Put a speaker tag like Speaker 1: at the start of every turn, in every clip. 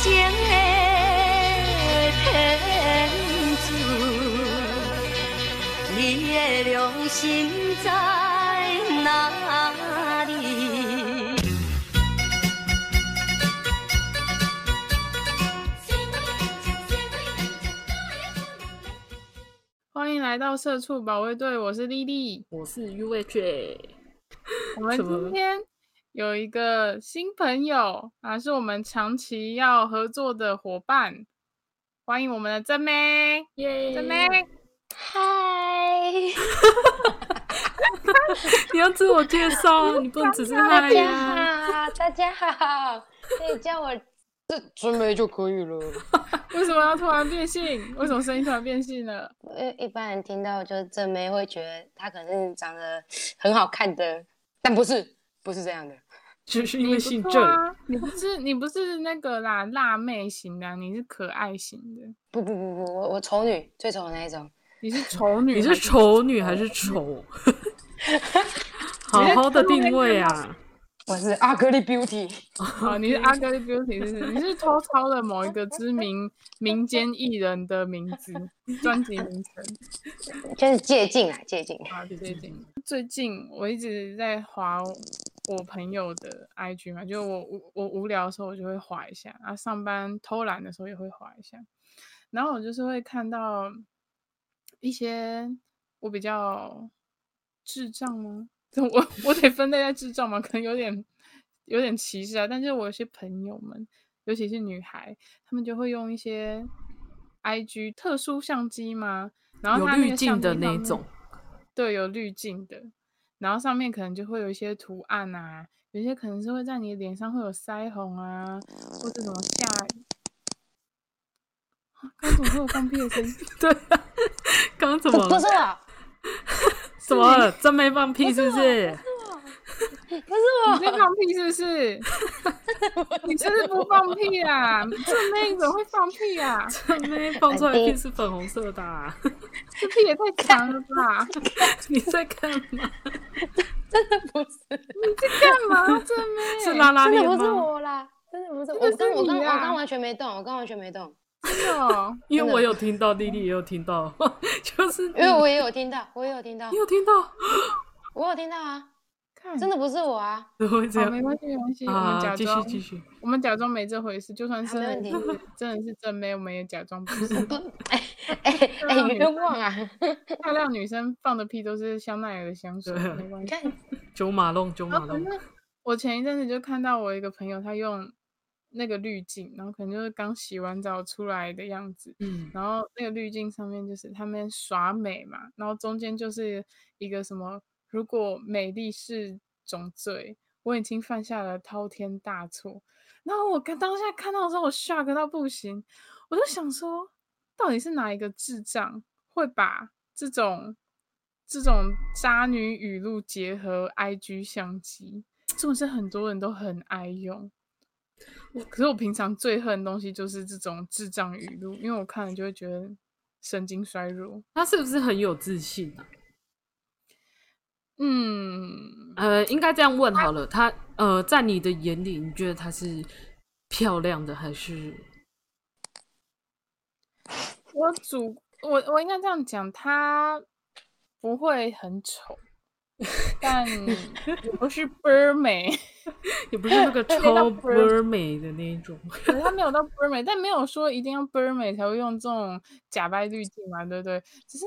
Speaker 1: 情的天主，你的良心在哪里？
Speaker 2: 欢迎来到社畜保卫队，我是丽丽。
Speaker 3: 我是 U H，
Speaker 2: 我们
Speaker 3: 什么
Speaker 2: 今天有一个新朋友啊，是我们长期要合作的伙伴，欢迎我们的真妹，
Speaker 3: 耶
Speaker 2: 真妹，
Speaker 1: 嗨，
Speaker 3: 你要自我介绍，你不能只是
Speaker 1: 大
Speaker 3: 嗨呀。
Speaker 1: 家好，大家 好，可以叫我这真梅就可 以了。
Speaker 2: 为什么要突然变性？为什么声音突然变性了？
Speaker 1: 因为呃一般人听到就是真梅会觉得她可能是长得很好看的，但不是，不是这样的。
Speaker 3: 就是
Speaker 2: 你
Speaker 3: 因
Speaker 2: 不
Speaker 3: 为姓
Speaker 2: 错
Speaker 3: 郑，
Speaker 2: 啊，你不是你不是那个啦，辣妹型的啊，你是可爱型的，
Speaker 1: 不不不不，我我丑女，最丑的那一种。
Speaker 2: 你是丑女，
Speaker 3: 你是？丑女还 是丑？好好的定位啊！
Speaker 1: 我是 ugly beauty，
Speaker 2: 哦， 你是 ugly beauty，是不是？你是偷抄了某一个知名民间艺人的名字、专辑名称。
Speaker 1: 就是借镜啊，借 镜。
Speaker 2: 啊，最
Speaker 3: 嗯
Speaker 2: 近最近我一直在划我朋友的 IG 嘛，就我无我无聊的时候我就会划一下，啊，上班偷懒的时候也会划一下，然后我就是会看到一些我比较智障吗？ 我我得分类在智障嘛，可能有点有点歧视啊，但是我有些朋友们，尤其是女孩，她们就会用一些 IG 特殊相机嘛，然后
Speaker 3: 有
Speaker 2: 它那
Speaker 3: 滤
Speaker 2: 个
Speaker 3: 镜
Speaker 2: 相
Speaker 3: 的
Speaker 2: 机
Speaker 3: 那
Speaker 2: 上面
Speaker 3: 种，
Speaker 2: 对，有滤镜的，然后上面可能就会有一些图案啊，有些可能是会在你的脸上会有腮红啊，或者什么下雨。啊刚怎么会有放屁的声音？
Speaker 3: 对啊。刚刚怎
Speaker 1: 不
Speaker 3: 么
Speaker 1: 不是啊我，
Speaker 3: 怎么了？真没放屁是不是？
Speaker 2: 啊
Speaker 1: 不是
Speaker 2: 你在放屁是不是？你是不是不放屁啊？这妹怎么会放屁啊？
Speaker 3: 真
Speaker 1: 哎
Speaker 3: 没放出来屁是粉红色的啊，
Speaker 2: 这屁也太长了吧！
Speaker 3: 你在干嘛？
Speaker 1: 我，不是，
Speaker 2: 干嘛这妹？
Speaker 3: 是拉拉
Speaker 1: 哎真
Speaker 3: 链
Speaker 1: 的不是
Speaker 3: 吗？
Speaker 1: 我啦，真的不是
Speaker 2: 真的
Speaker 1: 我。我
Speaker 2: 是
Speaker 1: 刚我刚
Speaker 2: 你
Speaker 1: 我
Speaker 2: 啊
Speaker 1: 刚完全没动，我刚完全没动，
Speaker 2: 真的哦，
Speaker 3: 因
Speaker 1: 真
Speaker 3: 为
Speaker 1: 的
Speaker 3: 我有听到，弟弟也有听到， 就是
Speaker 1: 因为
Speaker 3: 你
Speaker 1: 我也有听到，我也有听到
Speaker 3: 你，有听到，
Speaker 1: 我有听到啊，
Speaker 2: 看
Speaker 1: 真的不是我啊，
Speaker 3: 怎么会这
Speaker 2: 好，
Speaker 3: 样？
Speaker 2: 没关系，没关系，我们
Speaker 3: 啊，
Speaker 2: 假
Speaker 3: 继
Speaker 2: 装
Speaker 3: 续继续，
Speaker 2: 我们假装没这回事，就算
Speaker 1: 啊
Speaker 2: 真
Speaker 1: 没
Speaker 2: 的
Speaker 1: 问题
Speaker 2: 是真的是真妹，我们也假装不是。
Speaker 1: 哎哎
Speaker 2: 让你
Speaker 1: 冤枉啊！
Speaker 2: 漂亮女生放的屁都是香奈儿的香水，
Speaker 3: 对
Speaker 2: 没关
Speaker 1: 你
Speaker 2: 系。
Speaker 1: 看，
Speaker 3: 九马龙，九马
Speaker 2: 然后反
Speaker 3: 龙，
Speaker 2: 正我前一阵子就看到我一个朋友，他用那个滤镜，然后可能就是刚洗完澡出来的样子，
Speaker 3: 嗯，
Speaker 2: 然后那个滤镜上面就是他们耍美嘛，然后中间就是一个什么，如果美丽是种罪，我已经犯下了滔天大错。然后我刚当下看到的时候，我 shock 到不行，我就想说，到底是哪一个智障会把这种这种渣女语录结合 IG 相机？这种是很多人都很爱用。我可是我平常最恨的东西就是这种智障语录，因为我看了就会觉得神经衰弱。
Speaker 3: 他是不是很有自信啊？
Speaker 2: 嗯，
Speaker 3: 呃，应该这样问好了，他呃，在你的眼里，你觉得他是漂亮的还是？
Speaker 2: 我主我我应该这样讲，他不会很丑， 但也不是倍儿美。
Speaker 3: 也不是 那个
Speaker 2: 那
Speaker 3: 超
Speaker 2: 个不是
Speaker 3: 波美的那一种，
Speaker 2: 可是他没有到倍儿美，但没有说一定要倍儿美才会用这种假白滤镜嘛，对不对？只是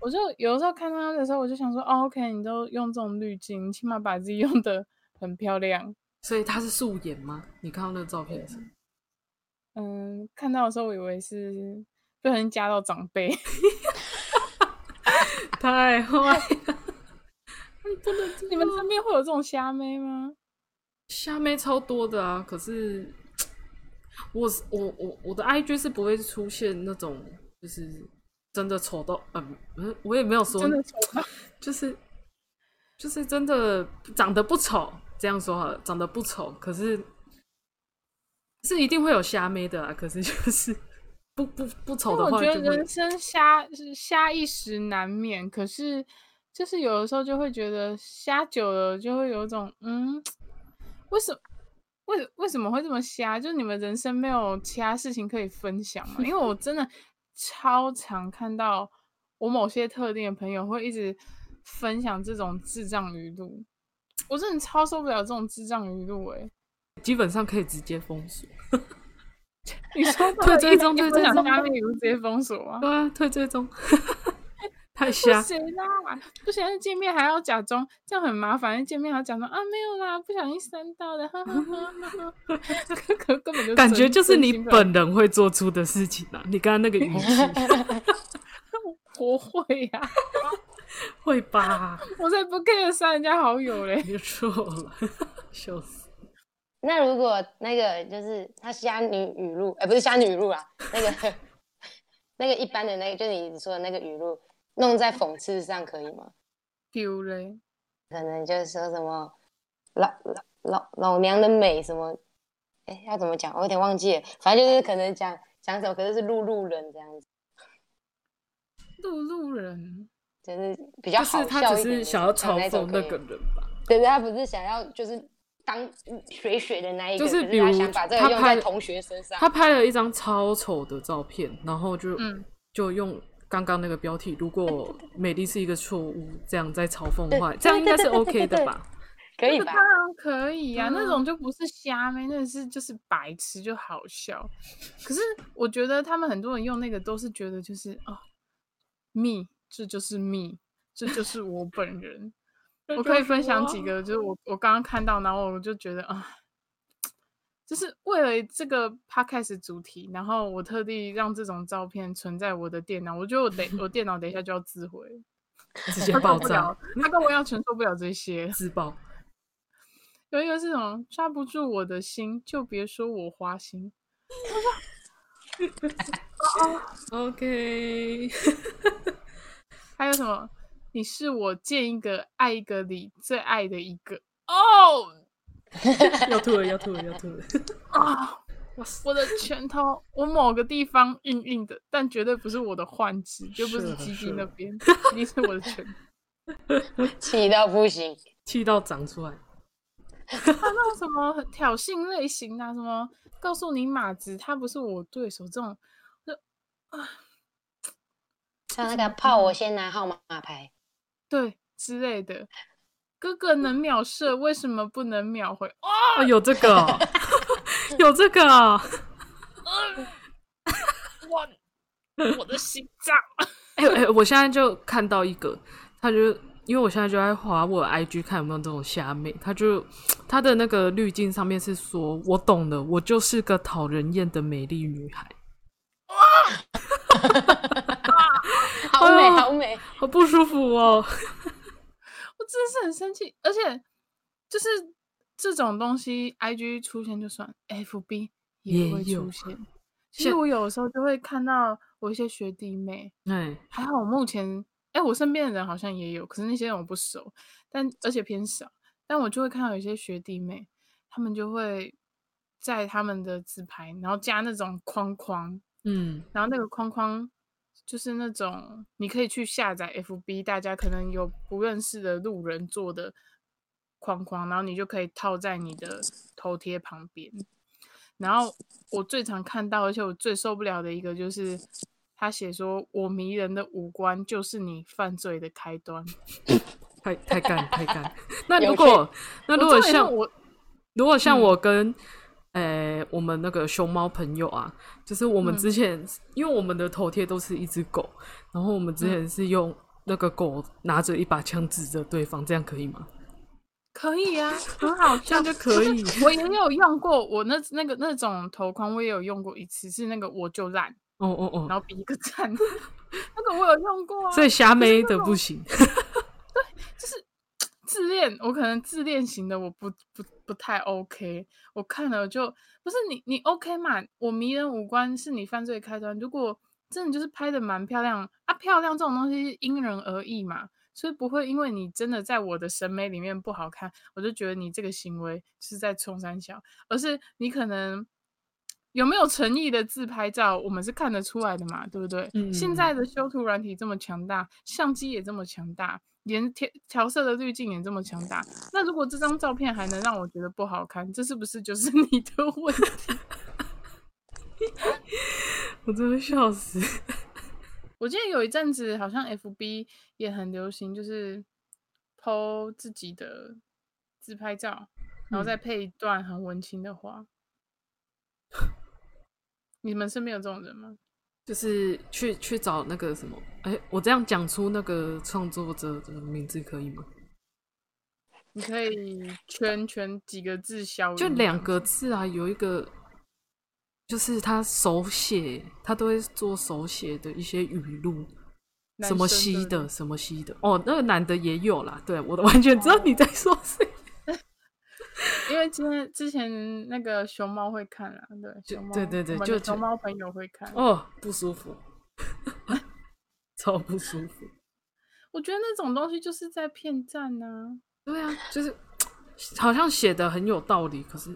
Speaker 2: 我就有的时候看到他的时候，我就想说，哦，OK，你都用这种滤镜，你起码把自己用的很漂亮。
Speaker 3: 所以他是素颜吗？你看到那个照片是？
Speaker 2: 嗯，看到的时候我以为是不小心加到长辈，
Speaker 3: 太坏 了！
Speaker 2: 真的，你们身边会有这种虾妹吗？
Speaker 3: 虾妹超多的啊，可是我是我我我的 IG 是不会出现那种就是真的丑到嗯嗯，我也没有说
Speaker 2: 真的丑到
Speaker 3: 就是就是真的长得不丑，这样说好了，长得不丑，可是是一定会有虾妹的啊，可是就是不不不丑
Speaker 2: 因为
Speaker 3: 的
Speaker 2: 我
Speaker 3: 话
Speaker 2: 觉得
Speaker 3: 就会
Speaker 2: 人生瞎是瞎一时难免，可是就是有的时候就会觉得瞎久了就会有一种嗯，为什么为为什么会这么瞎？就是你们人生没有其他事情可以分享吗？因为我真的超常看到我某些特定的朋友会一直分享这种智障语录，我真的超受不了这种智障语录哎、
Speaker 3: 基本上可以直接封锁。
Speaker 2: 你 说
Speaker 3: 对追踪对追
Speaker 2: 讲
Speaker 3: 踪
Speaker 2: 下面语录直接封锁啊？
Speaker 3: 对啊，退 追踪，太
Speaker 2: 不
Speaker 3: 瞎。
Speaker 2: 行啦，不小心见面还要假装，这样很麻烦。见面还要假装啊，没有啦，不小心删到的，哈哈哈哈哈。 可可根本就
Speaker 3: 感
Speaker 2: 真
Speaker 3: 觉就是
Speaker 2: 真
Speaker 3: 你
Speaker 2: 心不
Speaker 3: 本人会做出的事情啊！你刚刚那个语气
Speaker 2: 不会呀、
Speaker 3: 会吧？
Speaker 2: 我才不 care 删人家好友嘞。
Speaker 3: 你错了， 笑死！
Speaker 1: 那如果那个就是他虾女语录，哎、不是虾女语录啦，那 个那个一般的那个，就你说的那个语录，弄在讽刺上可以吗？
Speaker 2: 比如嘞，
Speaker 1: 可能就是说什么老老老老娘的美什么，哎、要怎么讲？我有点忘记了，反正就是可能讲讲什么，可是是路路人这样子，
Speaker 2: 路路人，
Speaker 1: 就是比较
Speaker 3: 就
Speaker 1: 好
Speaker 3: 是
Speaker 1: 笑
Speaker 3: 他
Speaker 1: 一
Speaker 3: 只
Speaker 1: 点
Speaker 3: 是
Speaker 1: 的
Speaker 3: 想要
Speaker 1: 讲
Speaker 3: 嘲讽
Speaker 1: 种可
Speaker 3: 那
Speaker 1: 以
Speaker 3: 个人吧？
Speaker 1: 对对，他不是想要就是当水水的那一个，
Speaker 3: 就是
Speaker 1: 可
Speaker 3: 比
Speaker 1: 他
Speaker 3: 如
Speaker 1: 想把这
Speaker 3: 他
Speaker 1: 个用
Speaker 3: 拍
Speaker 1: 在
Speaker 3: 了
Speaker 1: 同学身上，
Speaker 3: 他拍了一张超丑的照片，然后就、
Speaker 2: 嗯
Speaker 3: 就用刚刚那个标题“如
Speaker 1: 哎
Speaker 3: 果美丽是一个错误”这样在嘲讽的话，
Speaker 1: 对
Speaker 3: 这样应该是
Speaker 1: 对对对
Speaker 3: OK 的
Speaker 1: 对
Speaker 3: 吧？
Speaker 1: 可以
Speaker 2: 这个
Speaker 1: 吧
Speaker 2: 当？然可以呀、
Speaker 3: 对啊
Speaker 2: 那种就不是瞎妹，那是就是白痴，就好笑。可是我觉得他们很多人用那个都是觉得就是哦，me，这就是 me，这就是我本 人。我可以分享几个，就是我我刚刚看到，然后我就觉得啊，就是为了这个 podcast 主题，然后我特地让这种照片存在我的电脑，我觉得我得我电脑等一下就要自毁，
Speaker 3: 直接爆炸，
Speaker 2: 他跟我要承受不了这些。
Speaker 3: 自爆。
Speaker 2: 有一个是什么抓不住我的心，就别说我花心。
Speaker 3: OK，
Speaker 2: 还有什么？你是我见一个爱一个里最爱的一个哦
Speaker 3: 要吐了，要吐了，要吐了！
Speaker 2: 啊！
Speaker 3: 哇塞，
Speaker 2: 我的拳头，我某个地方硬硬的，但绝对不是我的幻肢，又不
Speaker 3: 是
Speaker 2: 是
Speaker 3: 啊
Speaker 2: 鸡
Speaker 3: 是
Speaker 2: 鸡那
Speaker 3: 啊
Speaker 2: 边，一定是我的拳头。
Speaker 1: 气到不行，
Speaker 3: 气到长出来。
Speaker 2: 他那种什么挑衅类型啊，什么告诉你马子他不是我对手这种，
Speaker 1: 像那个泡我先拿号码牌，
Speaker 2: 对之类的。哥哥能秒射，为什么不能秒回？哦，
Speaker 3: 哦，有这个、哦， 有这个、哦。
Speaker 2: 我我的心脏。
Speaker 3: 哎、哎、我现在就看到一个，他就因为我现在就在划我的 IG 看有没有这种虾妹，他就他的那个滤镜上面是说“我懂了，我就是个讨人厌的美丽女孩
Speaker 1: 好美
Speaker 3: 哦
Speaker 1: 好美，”，
Speaker 3: 好不舒服哦。
Speaker 2: 我真的是很生气，而且就是这种东西，IG 出现就算，FB
Speaker 3: 也
Speaker 2: 也会
Speaker 3: 有
Speaker 2: 出现。其实
Speaker 3: 像
Speaker 2: 我有的时候就会看到我一些学弟妹，
Speaker 3: 哎，
Speaker 2: 还好我目前，哎、我身边的人好像也有，可是那些人我不熟，但而且偏少，但我就会看到有一些学弟妹，他们就会在他们的自拍，然后加那种框框，
Speaker 3: 嗯，
Speaker 2: 然后那个框框就是那种你可以去下载 FB，大家可能有不认识的路人做的框框，然后你就可以套在你的头贴旁边。然后我最常看到，而且我最受不了的一个就是。他写说：“我迷人的五官就是你犯罪的开端。
Speaker 3: 太太 干太干。那
Speaker 1: 有
Speaker 3: 如果那
Speaker 2: 我
Speaker 3: 如果
Speaker 2: 重点是
Speaker 3: 像
Speaker 2: 我
Speaker 3: 如果像
Speaker 2: 嗯
Speaker 3: 我跟呃、我们那个熊猫朋友啊，就是我们
Speaker 2: 嗯
Speaker 3: 之前、因为我们的头贴都是一只狗，然后我们之前是用那个狗拿着一把枪指着对方，这样可以吗？
Speaker 2: 可以啊，很好
Speaker 3: 这样
Speaker 2: 笑
Speaker 3: 就可以。
Speaker 2: 我也有用过，我那那个那种头框我也有用过一次，是那个我就烂，
Speaker 3: 哦哦哦，
Speaker 2: 然后比一个赞， 那个我有用过啊。
Speaker 3: 所以虾妹的不行，
Speaker 2: 就是自恋，我可能自恋型的我不不不太 OK。我看了就不是你你 OK 嘛？我迷人五官是你犯罪开端。如果真的就是拍的蛮漂亮啊，漂亮这种东西是因人而异嘛，所以不会因为你真的在我的审美里面不好看，我就觉得你这个行为是在冲三小，而是你可能。有没有诚意的自拍照，我们是看得出来的嘛，对不对？现在的修图软体这么强大，相机也这么强大，连调调色的滤镜也这么强大，那如果这张照片还能让我觉得不好看，这是不是就是 你的问题？
Speaker 3: 我真的笑死。
Speaker 2: 我记得有一阵子好像 FB 也很流行，就是 PO 自己的自拍照，然后
Speaker 3: 嗯
Speaker 2: 再配一段很文青的话。你们身边有这种人吗？
Speaker 3: 就是去去找那个什么，哎、我这样讲出那个创作者的名字可以吗？
Speaker 2: 你可以圈圈几个字小于，
Speaker 3: 就两个字啊，有一个就是他手写，他都会做手写的一些语录，
Speaker 2: 男
Speaker 3: 什么
Speaker 2: 生
Speaker 3: 西
Speaker 2: 的
Speaker 3: 的，什么西的。哦，那个男的也有啦，对我完全知道你在说谁。哦
Speaker 2: 因为今天之前那个熊猫会看啊，对，熊猫
Speaker 3: 对对对
Speaker 2: 我们
Speaker 3: 就
Speaker 2: 的
Speaker 3: 觉
Speaker 2: 熊猫朋友会看。
Speaker 3: 哦，不舒服，超不舒服。
Speaker 2: 我觉得那种东西就是在骗赞呐、
Speaker 3: 对啊，就是好像写的很有道理，可是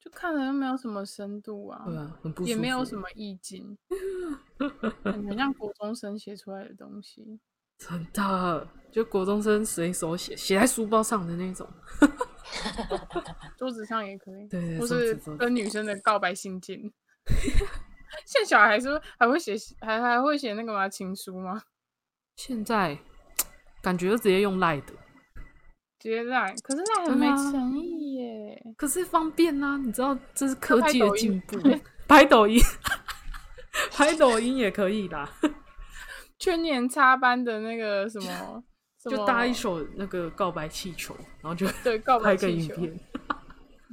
Speaker 2: 就看了又没有什么深度啊，
Speaker 3: 对啊，很不舒服。
Speaker 2: 也没有什么意境，感觉像国中生写出来的东西。
Speaker 3: 真的，就国中生随手写，写在书包上的那种。
Speaker 2: 桌子上也可以，
Speaker 3: 对对
Speaker 2: 或
Speaker 3: 桌
Speaker 2: 是
Speaker 3: 子桌子
Speaker 2: 跟女生的告白信件。 现在小孩是不是还会写，还还会写那个吗？情书吗？
Speaker 3: 现在感觉就直接用赖的，
Speaker 2: 直接赖，可是赖很没
Speaker 3: 对啊
Speaker 2: 诚意耶。
Speaker 3: 可是方便啊，你知道这是科技的进步
Speaker 2: 要拍抖音，
Speaker 3: 拍抖音，拍抖音也可以啦，
Speaker 2: 全年插班的那个什么，什
Speaker 3: 就
Speaker 2: 么
Speaker 3: 搭一首那个告白气球，然后就
Speaker 2: 对告白
Speaker 3: 拍个
Speaker 2: 气
Speaker 3: 影
Speaker 2: 球，
Speaker 3: 片，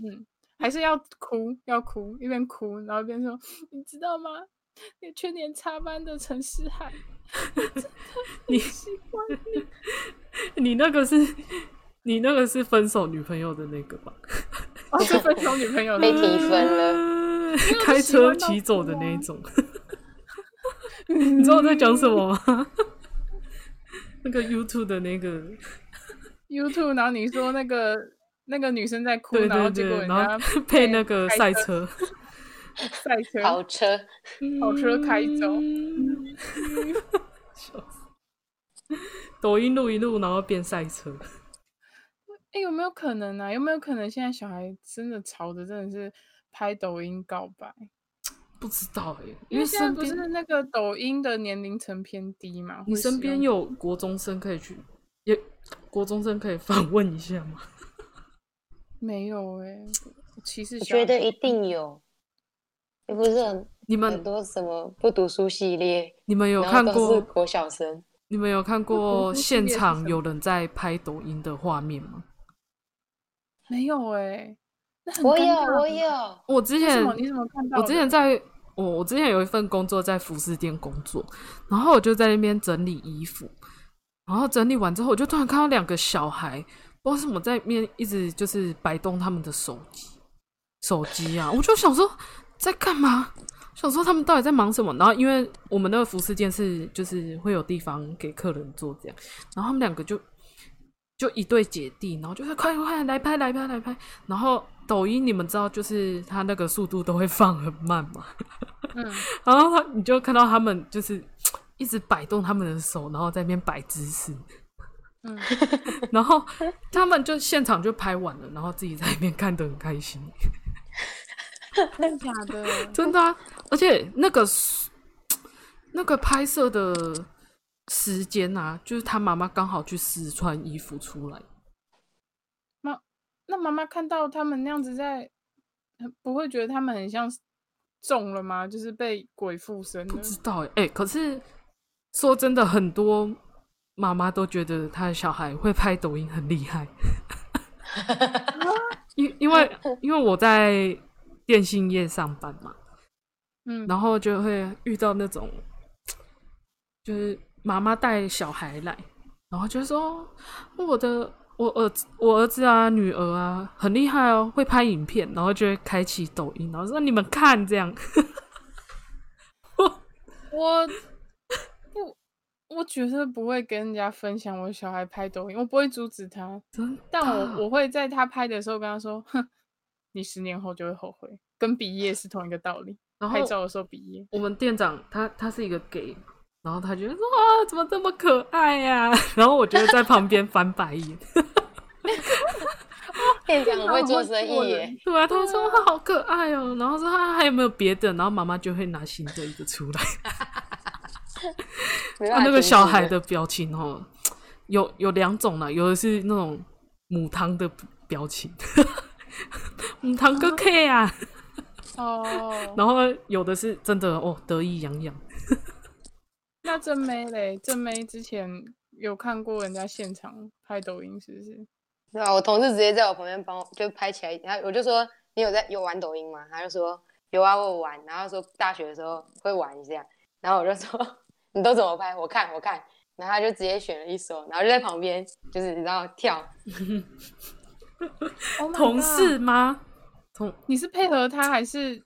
Speaker 2: 嗯，还是要哭，要哭，一边哭，然后一边说，你知道吗？那全年插班的陈思 海，
Speaker 3: 你
Speaker 2: 喜欢
Speaker 3: 你那个是你那个是分手女朋友的那个吧？
Speaker 2: 哦，是分手女朋 友
Speaker 1: 被
Speaker 2: 的，
Speaker 1: 提分了，
Speaker 3: 了
Speaker 2: 我
Speaker 3: 开
Speaker 2: 喜欢
Speaker 3: 车
Speaker 2: 到
Speaker 3: 骑走
Speaker 2: 哭
Speaker 3: 的那
Speaker 2: 啊
Speaker 3: 一种。你知道我在讲什么吗？ 那个 YouTube 的那个，
Speaker 2: YouTube，然后你说那个那个女生在哭，
Speaker 3: 对
Speaker 2: 然后
Speaker 3: 对
Speaker 2: 结
Speaker 3: 对
Speaker 2: 果，人
Speaker 3: 然后
Speaker 2: 家
Speaker 3: 配那个赛车，
Speaker 2: 赛车，
Speaker 1: 跑车，
Speaker 2: 跑车开走
Speaker 3: 嗯，笑死！抖音录一录，然后变赛车，
Speaker 2: 哎、有没有可能啊？有没有可能现在小孩真的吵着真的是拍抖音告白？
Speaker 3: 不知道哎、
Speaker 2: 因
Speaker 3: 因为
Speaker 2: 为现在
Speaker 3: 身
Speaker 2: 不
Speaker 3: 边
Speaker 2: 是那个抖音的年龄层偏低嘛？
Speaker 3: 你
Speaker 2: 会
Speaker 3: 身
Speaker 2: 使
Speaker 3: 边
Speaker 2: 用
Speaker 3: 有国中生可以去，也国中生可以访问一下吗？
Speaker 2: 没有哎、我歧视小
Speaker 1: 我觉
Speaker 2: 孩
Speaker 1: 得一定有。又不是很
Speaker 3: 你
Speaker 1: 很
Speaker 3: 们
Speaker 1: 多什么不读书系列，
Speaker 3: 你们有
Speaker 1: 然后
Speaker 3: 看
Speaker 1: 都
Speaker 3: 过
Speaker 1: 是国小生，
Speaker 3: 你们有看
Speaker 2: 国
Speaker 3: 过
Speaker 2: 中系
Speaker 3: 现
Speaker 2: 列是
Speaker 3: 场
Speaker 2: 什
Speaker 3: 有人在拍抖音的画面吗？
Speaker 2: 没有哎、那很
Speaker 1: 我
Speaker 2: 尴
Speaker 1: 有
Speaker 2: 尬
Speaker 1: 我
Speaker 2: 欸
Speaker 1: 有，
Speaker 3: 我之
Speaker 2: 为什
Speaker 3: 前
Speaker 2: 么你怎么看到
Speaker 3: 我
Speaker 2: 的？
Speaker 3: 之前在我我之前有一份工作在服饰店工作，然后我就在那边整理衣服，然后整理完之后，我就突然看到两个小孩，不知道为什么在面一直就是摆动他们的手机，手机啊，我就想说在干嘛？想说他们到底在忙什么？然后因为我们那个服饰店是就是会有地方给客人坐这样，然后他们两个就就一对姐弟，然后就是快快快来拍来拍来拍，然后抖音你们知道就是它那个速度都会放很慢嘛，
Speaker 2: 嗯，
Speaker 3: 然后他你就看到他们就是一直摆动他们的手，然后在那边摆姿势，
Speaker 2: 嗯，
Speaker 3: 然后他们就现场就拍完了，然后自己在那边看得很开心，
Speaker 2: 真的假的？
Speaker 3: 真的、啊，而且那个那个拍摄的时间啊，就是他妈妈刚好去试穿衣服出来，
Speaker 2: 妈，那妈妈看到他们那样子在，很不会觉得他们很像是中了吗？就是被鬼附身
Speaker 3: 不
Speaker 2: 了。
Speaker 3: 知道哎、欸可是说真的，很多妈妈都觉得她的小孩会拍抖音很厉害， 因因为因为我在电信业上班嘛，
Speaker 2: 嗯，
Speaker 3: 然后就会遇到那种，就是妈妈带小孩来，然后就说哦我的我儿子我儿子啊女儿啊很厉害哦，会拍影片，然后就会开启抖音，然后说你们看这样，
Speaker 2: 我不，我绝对不会跟人家分享我小孩拍抖音，我不会阻止他，
Speaker 3: 真的
Speaker 2: 但
Speaker 3: 啊
Speaker 2: 我我会在他拍的时候跟他说：“哼，你十年后就会后悔，跟毕业是同一个道理。
Speaker 3: 然后
Speaker 2: 拍照的时候毕业，
Speaker 3: 我们店长他他是一个 gay，然后他觉得说啊，怎么这么可爱呀、 然后我就在旁边翻白眼。
Speaker 1: 跟你讲，我会做生意
Speaker 2: 他很会做
Speaker 1: 耶
Speaker 2: 人，
Speaker 3: 对啊，他说他好可爱哦、然后说他还有没有别的，然后妈妈就会拿新的一个出来。
Speaker 1: 没
Speaker 2: 啊
Speaker 1: 办
Speaker 3: 他
Speaker 1: 法
Speaker 3: 那个
Speaker 1: 停止
Speaker 3: 小孩的表情哦，有有两种啦，有的是那种母汤的表情，母汤哥 K 啊，
Speaker 2: 哦，
Speaker 3: 然后有的是真的哦得意洋洋。
Speaker 2: 那正妹嘞，正妹之前有看过人家现场拍抖音，是不是？
Speaker 1: 对啊，我同事直接在我旁边帮我就拍起来，然后我就说你有在有玩抖音吗？他就说有啊，我有玩。然后说大学的时候会玩一下，然后我就说 你都怎么拍？我看我看。然后他就直接选了一首，然后就在旁边就是你知道跳，
Speaker 2: Oh my
Speaker 3: 同
Speaker 2: god
Speaker 3: 事吗？同
Speaker 2: 你是配合他还是？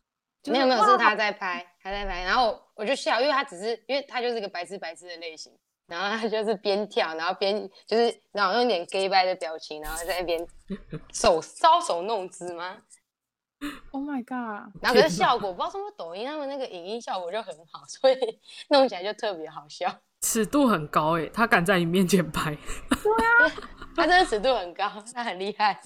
Speaker 2: 就是
Speaker 1: 没有没有是
Speaker 2: 哇
Speaker 1: 他在拍，他在拍。然后我就笑，因为他只是因为他就是一个白痴白痴的类型，然后他就是边跳然后边就是然后用点 gay 拜的表情，然后在 那边手搔首弄姿吗？
Speaker 2: ，Oh my god！
Speaker 1: 然后可是
Speaker 3: 天哪
Speaker 1: 效果不知道是不是抖音他们那个影音效果就很好，所以 弄起来就特别好笑。
Speaker 3: 尺度很高诶、他敢在你面前拍，,
Speaker 1: 他真的尺度很高，他很厉害。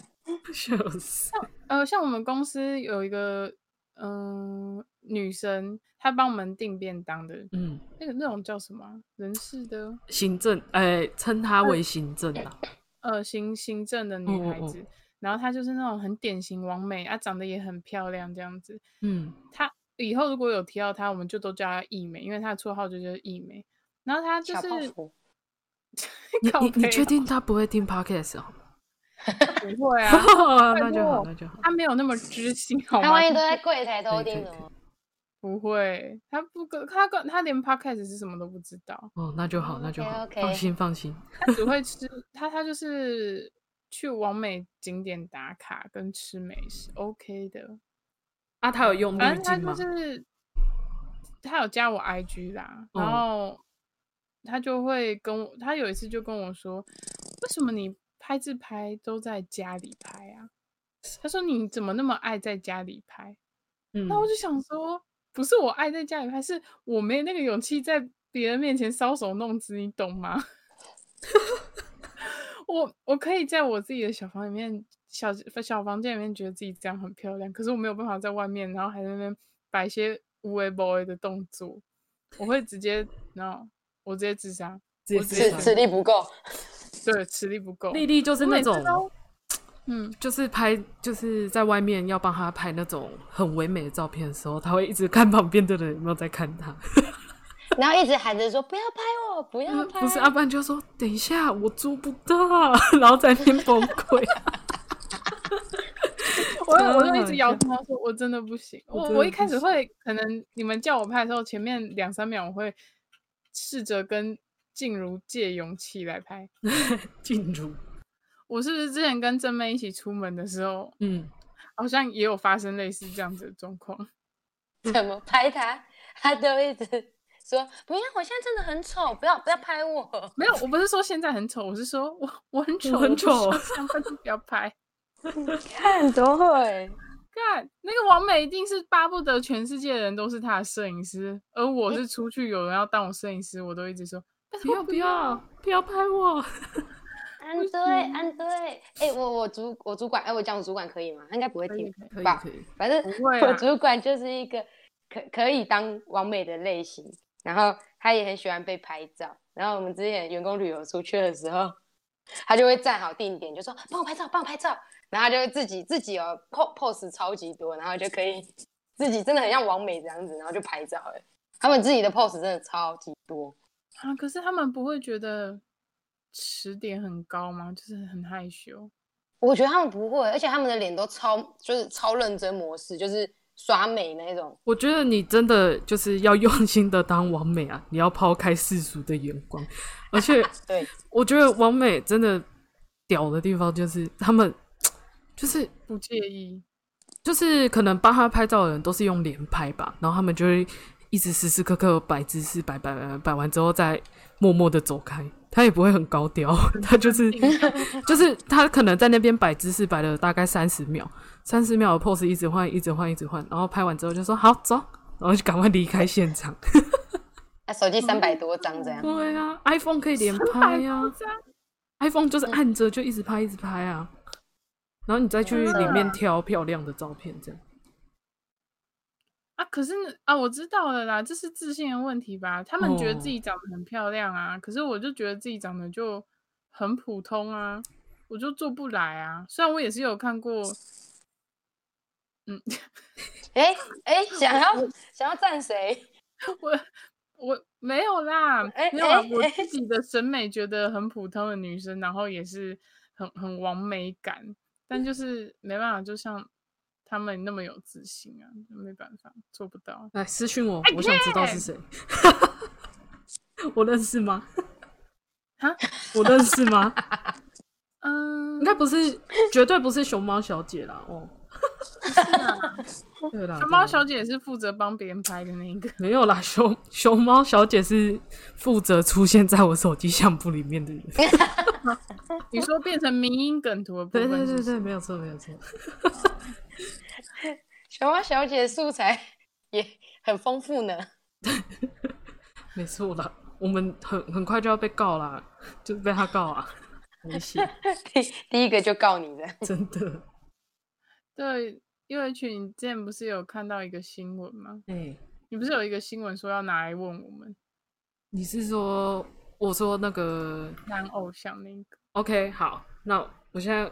Speaker 3: 笑死！
Speaker 2: 呃，像我们公司有一个嗯、呃女生，她帮我们订便当的，
Speaker 3: 嗯，
Speaker 2: 那个那种叫什么啊人事的
Speaker 3: 行政诶、称他为行政啊啦。
Speaker 2: 呃行行政的
Speaker 3: 嗯
Speaker 2: 女孩
Speaker 3: 嗯嗯
Speaker 2: 子，然后她就是那种很典型完美，啊长得也很漂亮这样子。
Speaker 3: 嗯，
Speaker 2: 她以后如果有提到她，我们就都叫她艺美，因为她的绰号就叫艺美。然后她就
Speaker 1: 小
Speaker 2: 是
Speaker 1: 泡芙，
Speaker 3: 哦你
Speaker 2: 靠
Speaker 3: 你你
Speaker 2: 背
Speaker 3: 确
Speaker 2: 啊
Speaker 3: 定他不会听 podcast 哦？？
Speaker 2: 不会 啊
Speaker 3: 那就
Speaker 2: 拜
Speaker 3: 好，
Speaker 2: 托
Speaker 3: 那就好。
Speaker 2: 她没有那么知心，好
Speaker 1: 他
Speaker 2: 吗
Speaker 1: 万？一都在柜台偷听
Speaker 3: 对
Speaker 1: 怎么？
Speaker 2: 不会，她不跟她跟她连 podcast 是什么都不知道。
Speaker 3: 哦，那就好，那就
Speaker 2: 嗯
Speaker 3: 好，
Speaker 1: OK，OK
Speaker 3: 放心放心。
Speaker 2: 他只会吃，他他就是去完美景点打卡跟吃美食，OK 的。
Speaker 3: 啊，他有用
Speaker 2: 反
Speaker 3: 滤
Speaker 2: 正他
Speaker 3: 镜
Speaker 2: 就
Speaker 3: 吗？
Speaker 2: 是他有加我 IG 啦，然后他就会跟我，他有一次就跟我说，为什么你拍自拍都在家里拍啊？他说你怎么那么爱在家里拍？
Speaker 3: 嗯
Speaker 2: 那我就想说，不是我爱在家里拍，是我没那个勇气在别人面前搔首弄姿，你懂吗？ 我我可以在我自己的小房里面、小呃小房间里面觉得自己这样很漂亮，可是我没有办法在外面，然后还在那边摆一些无为 boy 的动作，我会直接，然后我直接自杀，
Speaker 3: 直
Speaker 2: 我
Speaker 3: 接
Speaker 2: 直
Speaker 3: 自
Speaker 2: 接
Speaker 1: 吃
Speaker 3: 杀
Speaker 1: 吃力不够，
Speaker 2: 对，实力不够。
Speaker 3: 丽丽就是
Speaker 2: 我
Speaker 3: 那
Speaker 2: 每次
Speaker 3: 种，
Speaker 2: 都嗯，
Speaker 3: 就是拍，就是在外面要帮她拍那种很唯美的照片的时候，她会一直看旁边的人有没有在看她。
Speaker 1: 然后一直喊着说不要拍我，不
Speaker 2: 嗯
Speaker 1: 要拍。
Speaker 3: 不是，啊阿班就说：“等一下，我做不到。” 然后在那边崩溃。
Speaker 2: 我
Speaker 3: 真
Speaker 2: 我
Speaker 3: 的
Speaker 2: 就一
Speaker 3: 很
Speaker 2: 直摇
Speaker 3: 像
Speaker 2: 头啊说，我真的不行。
Speaker 3: 嗯我
Speaker 2: 我
Speaker 3: 真
Speaker 2: 我
Speaker 3: 的
Speaker 2: 一开
Speaker 3: 不
Speaker 2: 始会，可能你们叫我拍的时候，前面两三秒我会试着跟静茹借勇气来拍。
Speaker 3: 进入，
Speaker 2: 我是不是之前跟正妹一起出门的时候，
Speaker 3: 嗯，
Speaker 2: 好像也有发生类似这样子的状况？
Speaker 1: 怎么拍他？他都一直说不要，我现在真的很丑，不要不要拍我。
Speaker 2: 没有，我不是说现在很丑，我是说我我很丑，
Speaker 3: 很
Speaker 2: 我不需
Speaker 3: 丑
Speaker 2: 要这样但是不要拍。
Speaker 1: 看多会，
Speaker 2: 干，那个王美一定是巴不得全世界的人都是他的摄影师，而
Speaker 3: 哎
Speaker 2: 我是出去有人要当我摄影师，我都一直说拜
Speaker 3: 不
Speaker 2: 托
Speaker 3: 要不
Speaker 2: 要
Speaker 3: 要。不要拍我，
Speaker 1: 安对安对。哎、我我主我主管，哎、我讲我主管可以吗？他应该不会
Speaker 2: 可以
Speaker 1: 听
Speaker 2: 可以
Speaker 3: 可以
Speaker 1: 吧
Speaker 3: 可以，
Speaker 1: 反正
Speaker 2: 不会啊
Speaker 1: 我
Speaker 2: 啦
Speaker 1: 主管就是一个可可以当完美的类型，然后他也很喜欢被拍照。然后我们之前员工旅游出去的时候，他就会站好定点，就说帮我拍照，帮我拍照。然后他就会自己自己哦 po- pose 超级多，然后就可以自己真的很像完美这样子，然后就拍照了。他们自己的 pose 真的超级多，
Speaker 2: 啊，可是他们不会觉得耻点很高吗？就是很害羞。
Speaker 1: 我觉得他们不会，而且他们的脸都超就是超认真模式，就是耍美那一种。
Speaker 3: 我觉得你真的就是要用心的当完美啊！你要抛开世俗的眼光，而且
Speaker 1: 对，
Speaker 3: 我觉得完美真的屌的地方就是他们就是
Speaker 2: 不介意，
Speaker 3: 就是可能帮他拍照的人都是用连拍吧，然后他们就会一直时时刻刻摆姿势，摆摆摆摆摆完之后再默默的走开。他也不会很高调， 他就是就是他可能在那边摆姿势摆了大概三十秒，三十秒的 pose 一直换，一直换，一直换，然后拍完之后就说好走，然后就赶快离开现场。
Speaker 1: 啊，手机三百多张这样，
Speaker 3: 对啊，iPhone 可以连拍啊，iPhone 就是按着就一直拍一直拍啊，然后你再去里面挑漂亮的照片，这样。
Speaker 2: 啊，可是啊，我知道了啦，这是自信的问题吧？他们觉得自
Speaker 3: 哦
Speaker 2: 己长得很漂亮啊，可是我就觉得自己长得就很普通啊，我就做不来啊。虽然我也是有看过，嗯，
Speaker 1: 哎哎，想 要想要赞谁？
Speaker 2: 我我没有啦，
Speaker 1: 哎
Speaker 2: 没有啦
Speaker 1: 哎，
Speaker 2: 我
Speaker 1: 哎
Speaker 2: 自己的审美觉得很普通的女生，然后也是很很完美感，但就是没办法，就像他们那么有自信啊，没办法，做不到。
Speaker 3: 来哎私讯我，我想知道是谁。 我认识吗？
Speaker 2: 哈，
Speaker 3: 我认识吗？
Speaker 2: 嗯，
Speaker 3: 应该不是，绝对不是熊猫小姐啦。哦，对啦，
Speaker 2: 熊猫
Speaker 3: 对啦
Speaker 2: 小姐是负责帮别人拍的那一个，
Speaker 3: 没有啦，熊熊猫小姐是负责出现在我手机相簿里面的人。
Speaker 2: 你说变成民音梗图的部
Speaker 3: 哎对
Speaker 2: 分是不
Speaker 3: 对对
Speaker 2: 是
Speaker 3: 对，没有错没有错。
Speaker 1: 熊猫小姐的素材也很丰富呢。
Speaker 3: 没错啦，我们很很快就要被告啦，就是被他告啊，没戏，
Speaker 1: 第第一个就告你的，
Speaker 3: 真的。
Speaker 2: 对，因为群你之前不是有看到一个新闻吗？
Speaker 3: 哎、
Speaker 2: 你不是有一个新闻说要拿来问我们
Speaker 3: 你是说我说那个
Speaker 2: 男偶像那个？
Speaker 3: OK？好，那我现在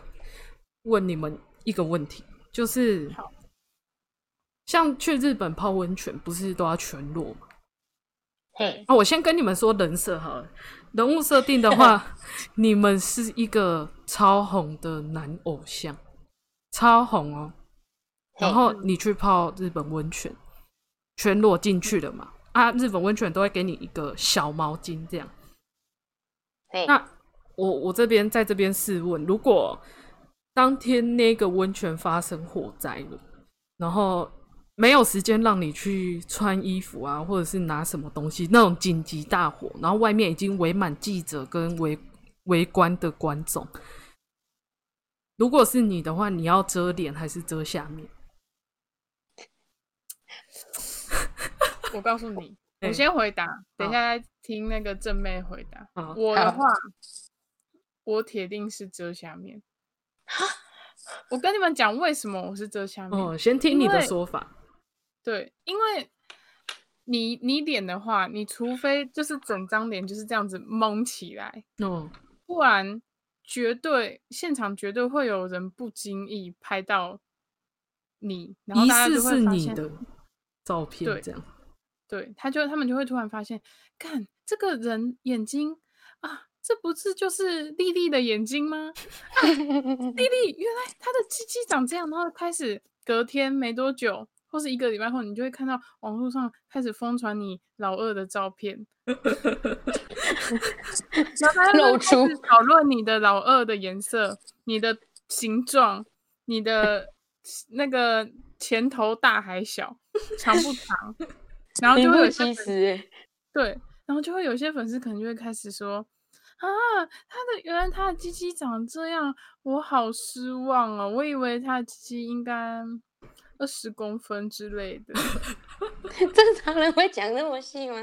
Speaker 3: 问你们一个问题，就是
Speaker 2: 好
Speaker 3: 像去日本泡温泉，不是都要全裸吗？
Speaker 1: 嘿，
Speaker 3: 啊，我先跟你们说人设好了。人物设定的话，你们是一个超红的男偶像，超红哦。然后你去泡日本温泉，全裸进去了嘛？啊，日本温泉都会给你一个小毛巾这样。
Speaker 1: 嘿，
Speaker 3: 那我我这边在这边试问，如果当天那个温泉发生火灾了，然后没有时间让你去穿衣服啊，或者是拿什么东西，那种紧急大火，然后外面已经围满记者跟围围观的观众，如果是你的话，你要遮脸还是遮下面？
Speaker 2: 我告诉你，我
Speaker 3: 哎
Speaker 2: 先回答，等一
Speaker 3: 好
Speaker 2: 下再听那个正妹回答。
Speaker 3: 啊，
Speaker 2: 我的
Speaker 1: 好
Speaker 2: 话，我铁定是遮下面。我跟你们讲，为什么我是遮下面？
Speaker 3: 哦，先听你
Speaker 2: 因
Speaker 3: 的
Speaker 2: 为
Speaker 3: 说法。
Speaker 2: 对，因为你你脸的话，你除非就是整张脸就是这样子蒙起来，
Speaker 3: 哦，
Speaker 2: 不然绝对现场绝对会有人不经意拍到你，然后
Speaker 3: 疑
Speaker 2: 大家
Speaker 3: 似
Speaker 2: 就是会发
Speaker 3: 你
Speaker 2: 现，
Speaker 3: 的照片
Speaker 2: 对
Speaker 3: 这样。
Speaker 2: 对，他就他们就会突然发现，看这个人眼睛啊，这不是就是丽丽的眼睛吗？ 啊丽丽原来她的鸡鸡长这样，然后开始隔天没多久，或是一个礼拜后，你就会看到网络上开始疯传你老二的照片， 然后大家就会
Speaker 1: 露
Speaker 2: 开始
Speaker 1: 出
Speaker 2: 讨论你的老二的颜色、你的形状、你的那个前头大还小、长不长，然后
Speaker 1: 名
Speaker 2: 就会有
Speaker 1: 副
Speaker 2: 一些
Speaker 1: 其
Speaker 2: 粉
Speaker 1: 实，
Speaker 2: 对，然后就会有些粉丝可能就会开始说啊，他的原来他的鸡鸡长这样，我好失望哦，我以为他的鸡鸡应该二十公分之类的，
Speaker 1: 正常人会讲那么细吗？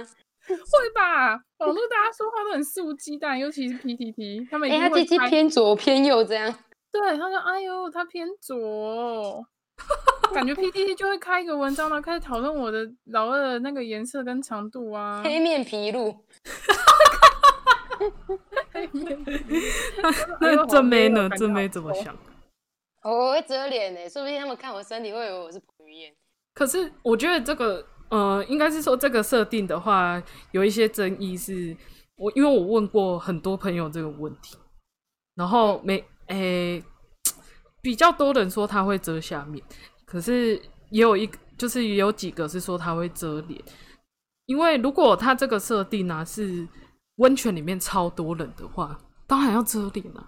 Speaker 2: 会吧？网络大家说话都很肆无忌惮，尤其是 PTT，他们一
Speaker 1: 哎、
Speaker 2: 定
Speaker 1: 他
Speaker 2: 会
Speaker 1: 鸡鸡
Speaker 2: 拍
Speaker 1: 偏左偏右这样，
Speaker 2: 对，他说：“哎呦，他偏左哦、感觉 PTT 就会开一个文章，然后开始讨论我的老二的那个颜色跟长度啊。
Speaker 1: 黑面皮鹭，
Speaker 2: 哎
Speaker 3: 那
Speaker 2: 呦
Speaker 3: 正妹
Speaker 2: 好累
Speaker 3: 呢？
Speaker 2: 哦
Speaker 3: 正妹
Speaker 2: 感觉
Speaker 3: 怎么
Speaker 2: 好臭
Speaker 3: 想？
Speaker 1: 哦我会遮脸呢、说不定他们看我身体会以为我是彭于晏。
Speaker 3: 可是我觉得这个，呃，应该是说这个设定的话，有一些争议是。我因为我问过很多朋友这个问题，然后没诶、比较多人说他会遮下面，可是也有一个就是也有几个是说他会遮脸，因为如果他这个设定啊是温泉里面超多人的话，当然要遮脸啊。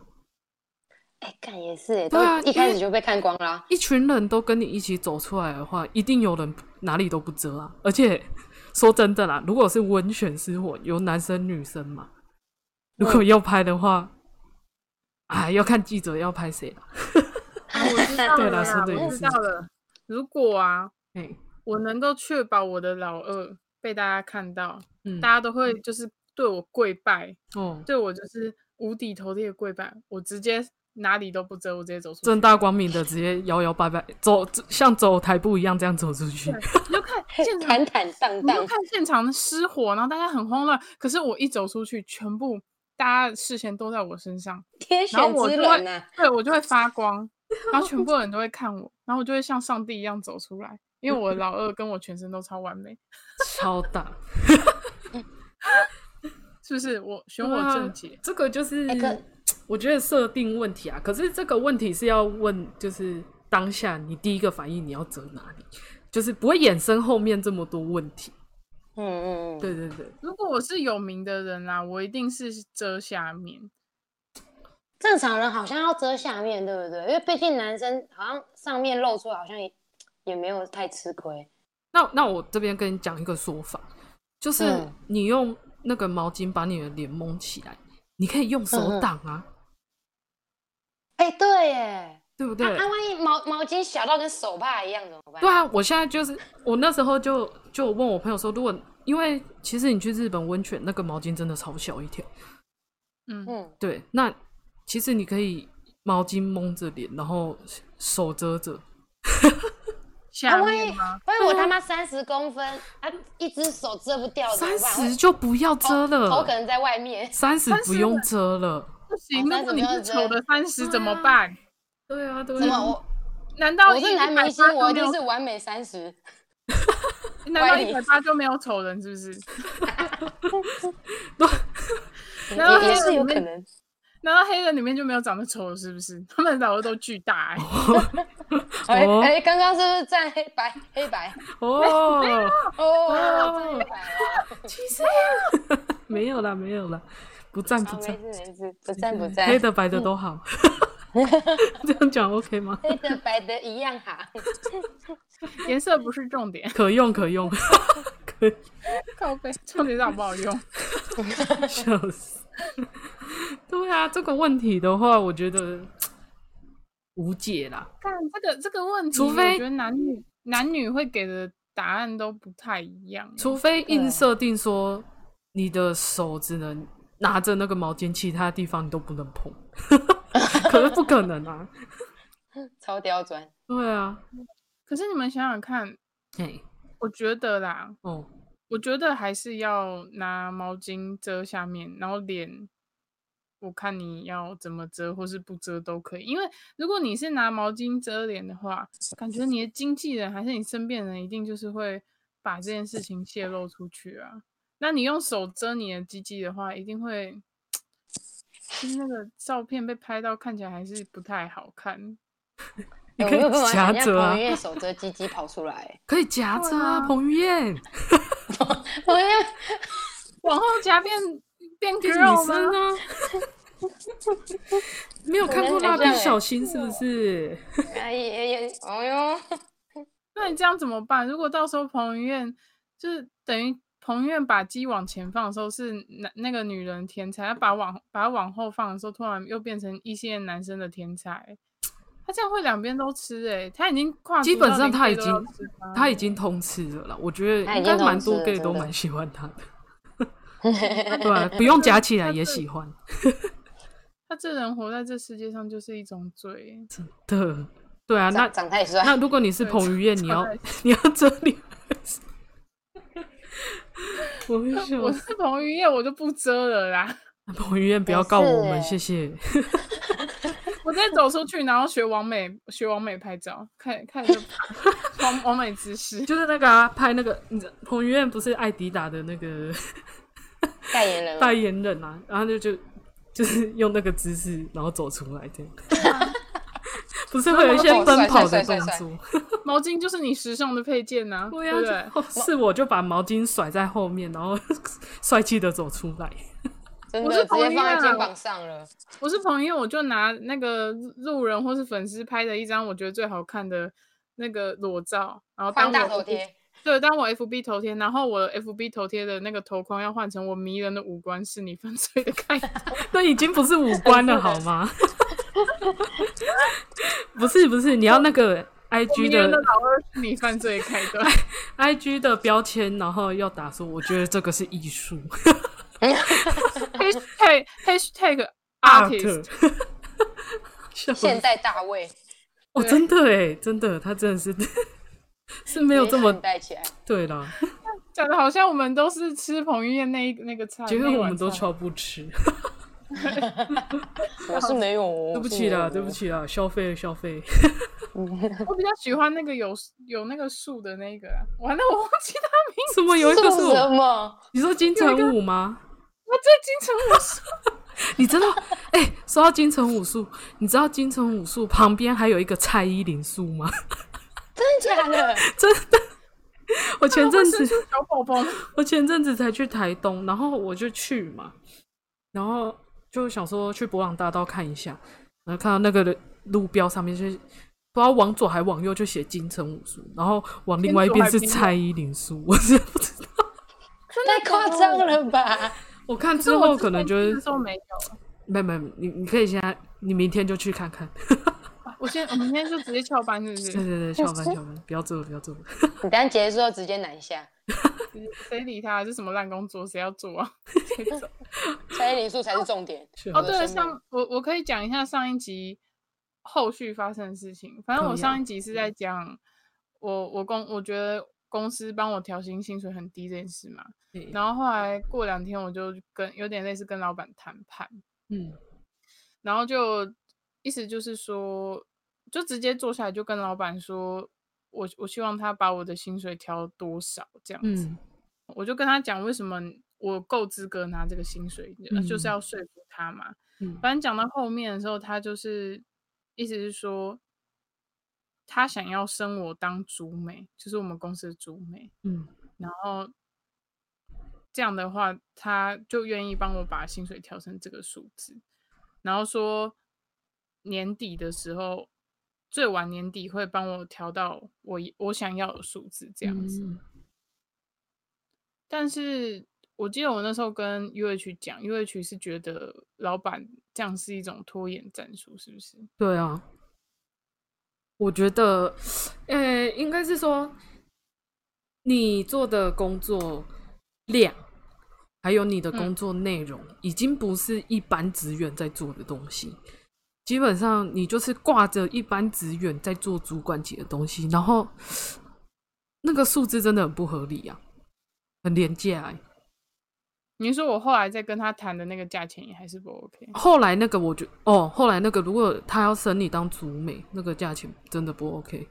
Speaker 1: 哎、干也是哎、
Speaker 3: 对啊
Speaker 1: 都一
Speaker 3: 因为
Speaker 1: 开始就被看光啊啦。
Speaker 3: 一群人都跟你一起走出来的话，一定有人哪里都不遮啊。而且说真的啦，如果是温泉失火，有男生女生嘛，如果要拍的话，哎，要看记者要拍谁啦。
Speaker 2: 啊 我知道
Speaker 3: 对
Speaker 2: 了
Speaker 3: 啦
Speaker 2: 啦，
Speaker 3: 说得也
Speaker 2: 我知
Speaker 3: 是
Speaker 2: 道了。如果啊，
Speaker 3: 哎，
Speaker 2: 我能够确保我的老二被大家看到，
Speaker 3: 嗯
Speaker 2: 大家都会就是对我跪拜，
Speaker 3: 哦，
Speaker 2: 对我就是五体投地的跪拜，我直接哪里都不遮，我直接走出去。
Speaker 3: 正大光明的直接摇摇摆摆走，像走台步一样这样走出去。
Speaker 2: 你就看现场
Speaker 1: 坦坦荡
Speaker 2: 你就
Speaker 1: 荡，
Speaker 2: 看现场的失火，然后大家很慌乱。可是我一走出去，全部大家的视线都在我身上，
Speaker 1: 天
Speaker 2: 然后
Speaker 1: 选
Speaker 2: 我
Speaker 1: 之
Speaker 2: 就会
Speaker 1: 人呐、啊！
Speaker 2: 对我就会发光，然后全部人都会看我，然后我就会像上帝一样走出来，因为我老二跟我全身都超完美，
Speaker 3: 超大，
Speaker 2: 是不是？我选
Speaker 3: 对
Speaker 2: 我
Speaker 3: 啊
Speaker 1: 嗯
Speaker 2: 正解，
Speaker 3: 这个就是、
Speaker 1: 哎可
Speaker 3: 我觉得设定问题啊。可是这个问题是要问，就是当下你第一个反应你要择哪里，就是不会衍生后面这么多问题。
Speaker 1: 嗯嗯嗯，
Speaker 3: 对对对，
Speaker 2: 如果我是有名的人啦、我一定是遮瑕面。
Speaker 1: 正常人好像要遮下面，对不对？因为毕竟男生好像上面露出来，好像也也没有太吃亏。
Speaker 3: 那那我这边跟你讲一个说法，就是
Speaker 1: 嗯
Speaker 3: 你用那个毛巾把你的脸蒙起来，你可以用手
Speaker 1: 嗯嗯
Speaker 3: 挡啊，
Speaker 1: 哎、对耶，
Speaker 3: 对不对？
Speaker 1: 那、啊万一毛毛巾小到跟手帕一样怎么办？
Speaker 3: 对啊，我现在就是我那时候就就问我朋友说，如果因为其实你去日本温泉那个毛巾真的超小一条，
Speaker 2: 嗯，
Speaker 1: 嗯，
Speaker 3: 对，那其实你可以毛巾蒙着脸，然后手遮着，
Speaker 1: 哦
Speaker 2: 下
Speaker 1: 啊万一
Speaker 2: 面吗？
Speaker 1: 万一我他妈三十公分，啊，一只手遮不掉怎么
Speaker 3: 三
Speaker 1: 办？
Speaker 3: 十
Speaker 1: 会
Speaker 3: 就不要遮
Speaker 1: 头可
Speaker 3: 了，
Speaker 1: 能在外面。
Speaker 3: 三十不用遮了。
Speaker 2: 不行，
Speaker 1: 哦
Speaker 2: 如果你是
Speaker 1: 30不要遮
Speaker 2: 丑的三十怎么
Speaker 3: 对啊
Speaker 2: 办？
Speaker 3: 对啊，对
Speaker 1: 怎么
Speaker 3: 啊，
Speaker 1: 我
Speaker 2: 难道
Speaker 1: 我是
Speaker 2: 一
Speaker 1: 男明星，我一定是完美 三十。
Speaker 2: 180难道
Speaker 1: 歪理
Speaker 2: 一百八就没有丑人是不是？
Speaker 1: 也
Speaker 2: 然后
Speaker 1: 也
Speaker 2: 还
Speaker 1: 是
Speaker 2: 有
Speaker 1: 有
Speaker 2: 里
Speaker 1: 可
Speaker 2: 面
Speaker 3: 哦
Speaker 1: 能。
Speaker 2: 难道黑人里面就没有长得丑的是不是？他们老二都巨大、欸，
Speaker 1: 哎
Speaker 3: 哦
Speaker 1: 哎，刚刚是不是站黑白黑白？
Speaker 3: 哦，
Speaker 1: 哦，
Speaker 3: 哦
Speaker 1: 站黑白了。
Speaker 3: 其实没有 啦，没有啦，不站
Speaker 1: 好，
Speaker 3: 不
Speaker 1: 没
Speaker 3: 站
Speaker 1: 事，没事，不站不嗯站。
Speaker 3: 黑的白的都好， 这样讲 OK 吗？
Speaker 1: 黑的白的一样好，
Speaker 2: 颜色不是重 点，
Speaker 3: 可用可用，可以
Speaker 2: 靠背重点是好不好 用。
Speaker 3: 笑死。 对啊，这个问题的话，我觉得无解啦。
Speaker 2: 看这个这个问题，
Speaker 3: 除非
Speaker 2: 我觉得男女男女会给的答案都不太一样欸。
Speaker 3: 除非
Speaker 1: 对
Speaker 3: 硬设定说你的手只能拿着那个毛巾，其他地方你都不能 碰，可是不可能啊。
Speaker 1: 超刁钻。
Speaker 3: 对啊，
Speaker 2: 可是你们想想看，
Speaker 3: 哎，
Speaker 2: 我觉得啦，
Speaker 3: 哦，
Speaker 2: 我觉得还是要拿毛巾遮下面，然后脸，我看你要怎么遮或是不遮都可以。因为如果你是拿毛巾遮脸的话，感觉你的经纪人还是你身边人一定就是会把这件事情泄露出去啊。那你用手遮你的鸡鸡的话，一定会，就是那个照片被拍到看起来还是不太好看。
Speaker 3: 你
Speaker 1: 哎
Speaker 3: 可
Speaker 1: 我没有办
Speaker 3: 以
Speaker 1: 法
Speaker 3: 夹
Speaker 1: 想象
Speaker 3: 着啊
Speaker 1: 彭于，晏手遮鸡鸡跑出 来，
Speaker 3: 可以夹着啊，
Speaker 2: 对啊
Speaker 3: 彭于晏，
Speaker 1: 彭于晏
Speaker 2: 往后夹变变
Speaker 3: 这是女
Speaker 2: girl
Speaker 3: 生
Speaker 2: 吗？
Speaker 3: 啊。没有看过蜡笔小新是不是？
Speaker 1: 哎也也，哎
Speaker 3: 啊
Speaker 1: 呦，
Speaker 2: 那你这样怎么办？如果到时候彭于晏就是等于彭于晏把鸡往前放的时候是那那个女人天才，他把往把它往后放的时候，突然又变成一线男生的天才，他这样会两边都吃哎、他已经跨
Speaker 3: 基
Speaker 2: 足
Speaker 3: 本
Speaker 2: 到
Speaker 3: 上
Speaker 2: 连
Speaker 3: 他
Speaker 2: gay
Speaker 3: 已
Speaker 2: 都
Speaker 3: 经
Speaker 2: 要吃吗
Speaker 3: 他已经通吃了啦，我觉得
Speaker 1: 他已
Speaker 3: 应
Speaker 1: 经
Speaker 3: 该蛮
Speaker 1: 通吃
Speaker 3: 多
Speaker 1: 了
Speaker 3: gay 都
Speaker 1: 真的
Speaker 3: 蛮喜欢他的， 对啊，不用夹起来也喜欢。
Speaker 2: 他这人活在这世界上就是一种罪，
Speaker 3: 对，对啊，那
Speaker 1: 长长太帅，
Speaker 3: 那如果你是
Speaker 2: 对
Speaker 3: 彭 于晏，
Speaker 2: 超
Speaker 3: 你要
Speaker 2: 超
Speaker 3: 你要遮脸，我会笑
Speaker 2: 我
Speaker 3: 死。
Speaker 2: 是 彭于晏，我就不遮了啦，
Speaker 3: 彭于晏不
Speaker 1: 也
Speaker 3: 要告
Speaker 1: 是
Speaker 3: 我们，
Speaker 1: 欸
Speaker 3: 谢谢。
Speaker 2: 我再走出去，然后学王美学王美拍照，看看着 王王美姿势。
Speaker 3: 就是那个啊，拍那个，你知道彭于晏不是艾迪达的那个
Speaker 1: 代言人
Speaker 3: 代
Speaker 1: 嘛，
Speaker 3: 言人啊，然后就就就是用那个姿势，然后走出来这样。不是会有一些
Speaker 1: 然后
Speaker 3: 奔跑的
Speaker 1: 甩甩
Speaker 3: 动
Speaker 1: 甩甩
Speaker 3: 作？
Speaker 2: 毛巾就是你时尚的配件呐、
Speaker 3: 我
Speaker 2: 对
Speaker 3: 要
Speaker 2: 不对？
Speaker 3: 是我啊就把毛巾甩在后面，然后 帅气的走出来。
Speaker 1: 真
Speaker 2: 我
Speaker 1: 的
Speaker 2: 是
Speaker 1: 直
Speaker 2: 彭
Speaker 1: 接
Speaker 2: 于
Speaker 1: 放在
Speaker 2: 晏
Speaker 1: 肩
Speaker 3: 啊
Speaker 1: 膀上了。
Speaker 2: 我是彭于晏，我就拿那个路人或是粉丝拍的一张我觉得最好看的那个裸照，然后
Speaker 1: 换
Speaker 2: 当
Speaker 1: 大
Speaker 2: 我
Speaker 1: 头
Speaker 2: FB
Speaker 1: 贴，
Speaker 2: 对，当我 FB 头贴，然后我 FB 头贴的那个头框要换成我迷人的五官是你犯罪的开头，
Speaker 3: 那已经不是五官了好吗？不是不是，你要那个 IG
Speaker 2: 明天的
Speaker 3: 的
Speaker 2: 老二 是你犯罪的开 端。
Speaker 3: IG 的标签，然后要打说，我觉得这个是艺术
Speaker 2: hashtag hashtag
Speaker 3: art
Speaker 2: artist，。
Speaker 3: 笑死
Speaker 1: 现代大卫
Speaker 3: 哦，真的哎，真的，他真的是是 没有这么
Speaker 1: 带起来，
Speaker 3: 对啦，
Speaker 2: 讲的好像我们都是吃彭于晏那一那个菜，
Speaker 3: 结果
Speaker 2: 那一
Speaker 3: 我
Speaker 2: 碗
Speaker 3: 们都
Speaker 2: 菜
Speaker 3: 超不吃，
Speaker 1: 我是没有哦，
Speaker 3: 对不
Speaker 1: 我是
Speaker 3: 起
Speaker 1: 没有
Speaker 3: 啦，
Speaker 1: 哦
Speaker 3: 对不，起啦，消费消费，
Speaker 2: 我比较喜欢那个有有那个树的那个啦。完了，我忘记他名字。
Speaker 3: 怎么有一个是
Speaker 1: 是什
Speaker 3: 我？
Speaker 1: 么？
Speaker 3: 你说金城武吗？
Speaker 2: 我最金城武是
Speaker 3: 你知道？哎、说到金城武术，你知道金城武术旁边还有一个蔡依林术吗？
Speaker 1: 真 假的？
Speaker 3: 真的，我前阵
Speaker 2: 生
Speaker 3: 子
Speaker 2: 出小宝宝吗，
Speaker 3: 我前阵子才去台东，然后我就去嘛，然后就想说去博朗大道看一下，然后看到那个路标上面就是。不知道往左还往右就写金城武术，然后往另外一边是蔡依林书，我是不知道。
Speaker 1: 太夸张了吧？
Speaker 3: 我看
Speaker 2: 所以
Speaker 3: 之
Speaker 2: 我
Speaker 3: 后可能就
Speaker 2: 之前
Speaker 3: 是
Speaker 2: 去的时候没有。
Speaker 3: 没没，你你可以现在，你明天就去看看。
Speaker 2: 我现我明天就直接翘班，是不是？
Speaker 3: 对对哦对，小班小班，不要做了，不要做了。
Speaker 1: 你等一下结束后直接南下，
Speaker 2: 谁理他？这什么烂工作？谁要做啊？
Speaker 1: 蔡依林素才是重点。
Speaker 3: 是
Speaker 2: 哦，
Speaker 1: 我的
Speaker 2: 对了，
Speaker 1: 生
Speaker 2: 上我我可以讲一下上一集后续发生的事情。反正
Speaker 3: 可
Speaker 2: 我
Speaker 3: 以啊
Speaker 2: 上一集是在讲我我公我觉得公司帮我调薪，薪水很低这件事嘛。
Speaker 3: 对
Speaker 2: 然后后来过两天我就跟有点类似跟老板谈判，
Speaker 3: 嗯，
Speaker 2: 然后就意思就是说，就直接坐下来就跟老板说，我我希望他把我的薪水调多少这样子。
Speaker 3: 嗯
Speaker 2: 我就跟他讲为什么我够资格拿这个薪水，呃就是
Speaker 3: 嗯
Speaker 2: 要说服他嘛。
Speaker 3: 嗯
Speaker 2: 反正讲到后面的时候，他就是意思是说，他想要升我当主美，就是我们公司的主美。
Speaker 3: 嗯，
Speaker 2: 然后这样的话，他就愿意帮我把薪水调成这个数字，然后说年底的时候，最晚年底会帮我调到我我想要的数字这样子。
Speaker 3: 嗯
Speaker 2: 但是我记得我那时候跟 UH 讲，UH 是觉得老板这样是一种拖延战术，是不是？
Speaker 3: 对啊，我觉得，呃，应该是说你做的工作量，还有你的工作内容，已经不是一般职员在做的东西。基本上你就是挂着一般职员在做主管级的东西，然后那个数字真的很不合理啊，很廉价、欸。
Speaker 2: 你说我后来再跟他谈的那个价钱也还是不 OK，
Speaker 3: 后来那个我觉哦，后来那个如果他要升你当主美，那个价钱真的不 OK。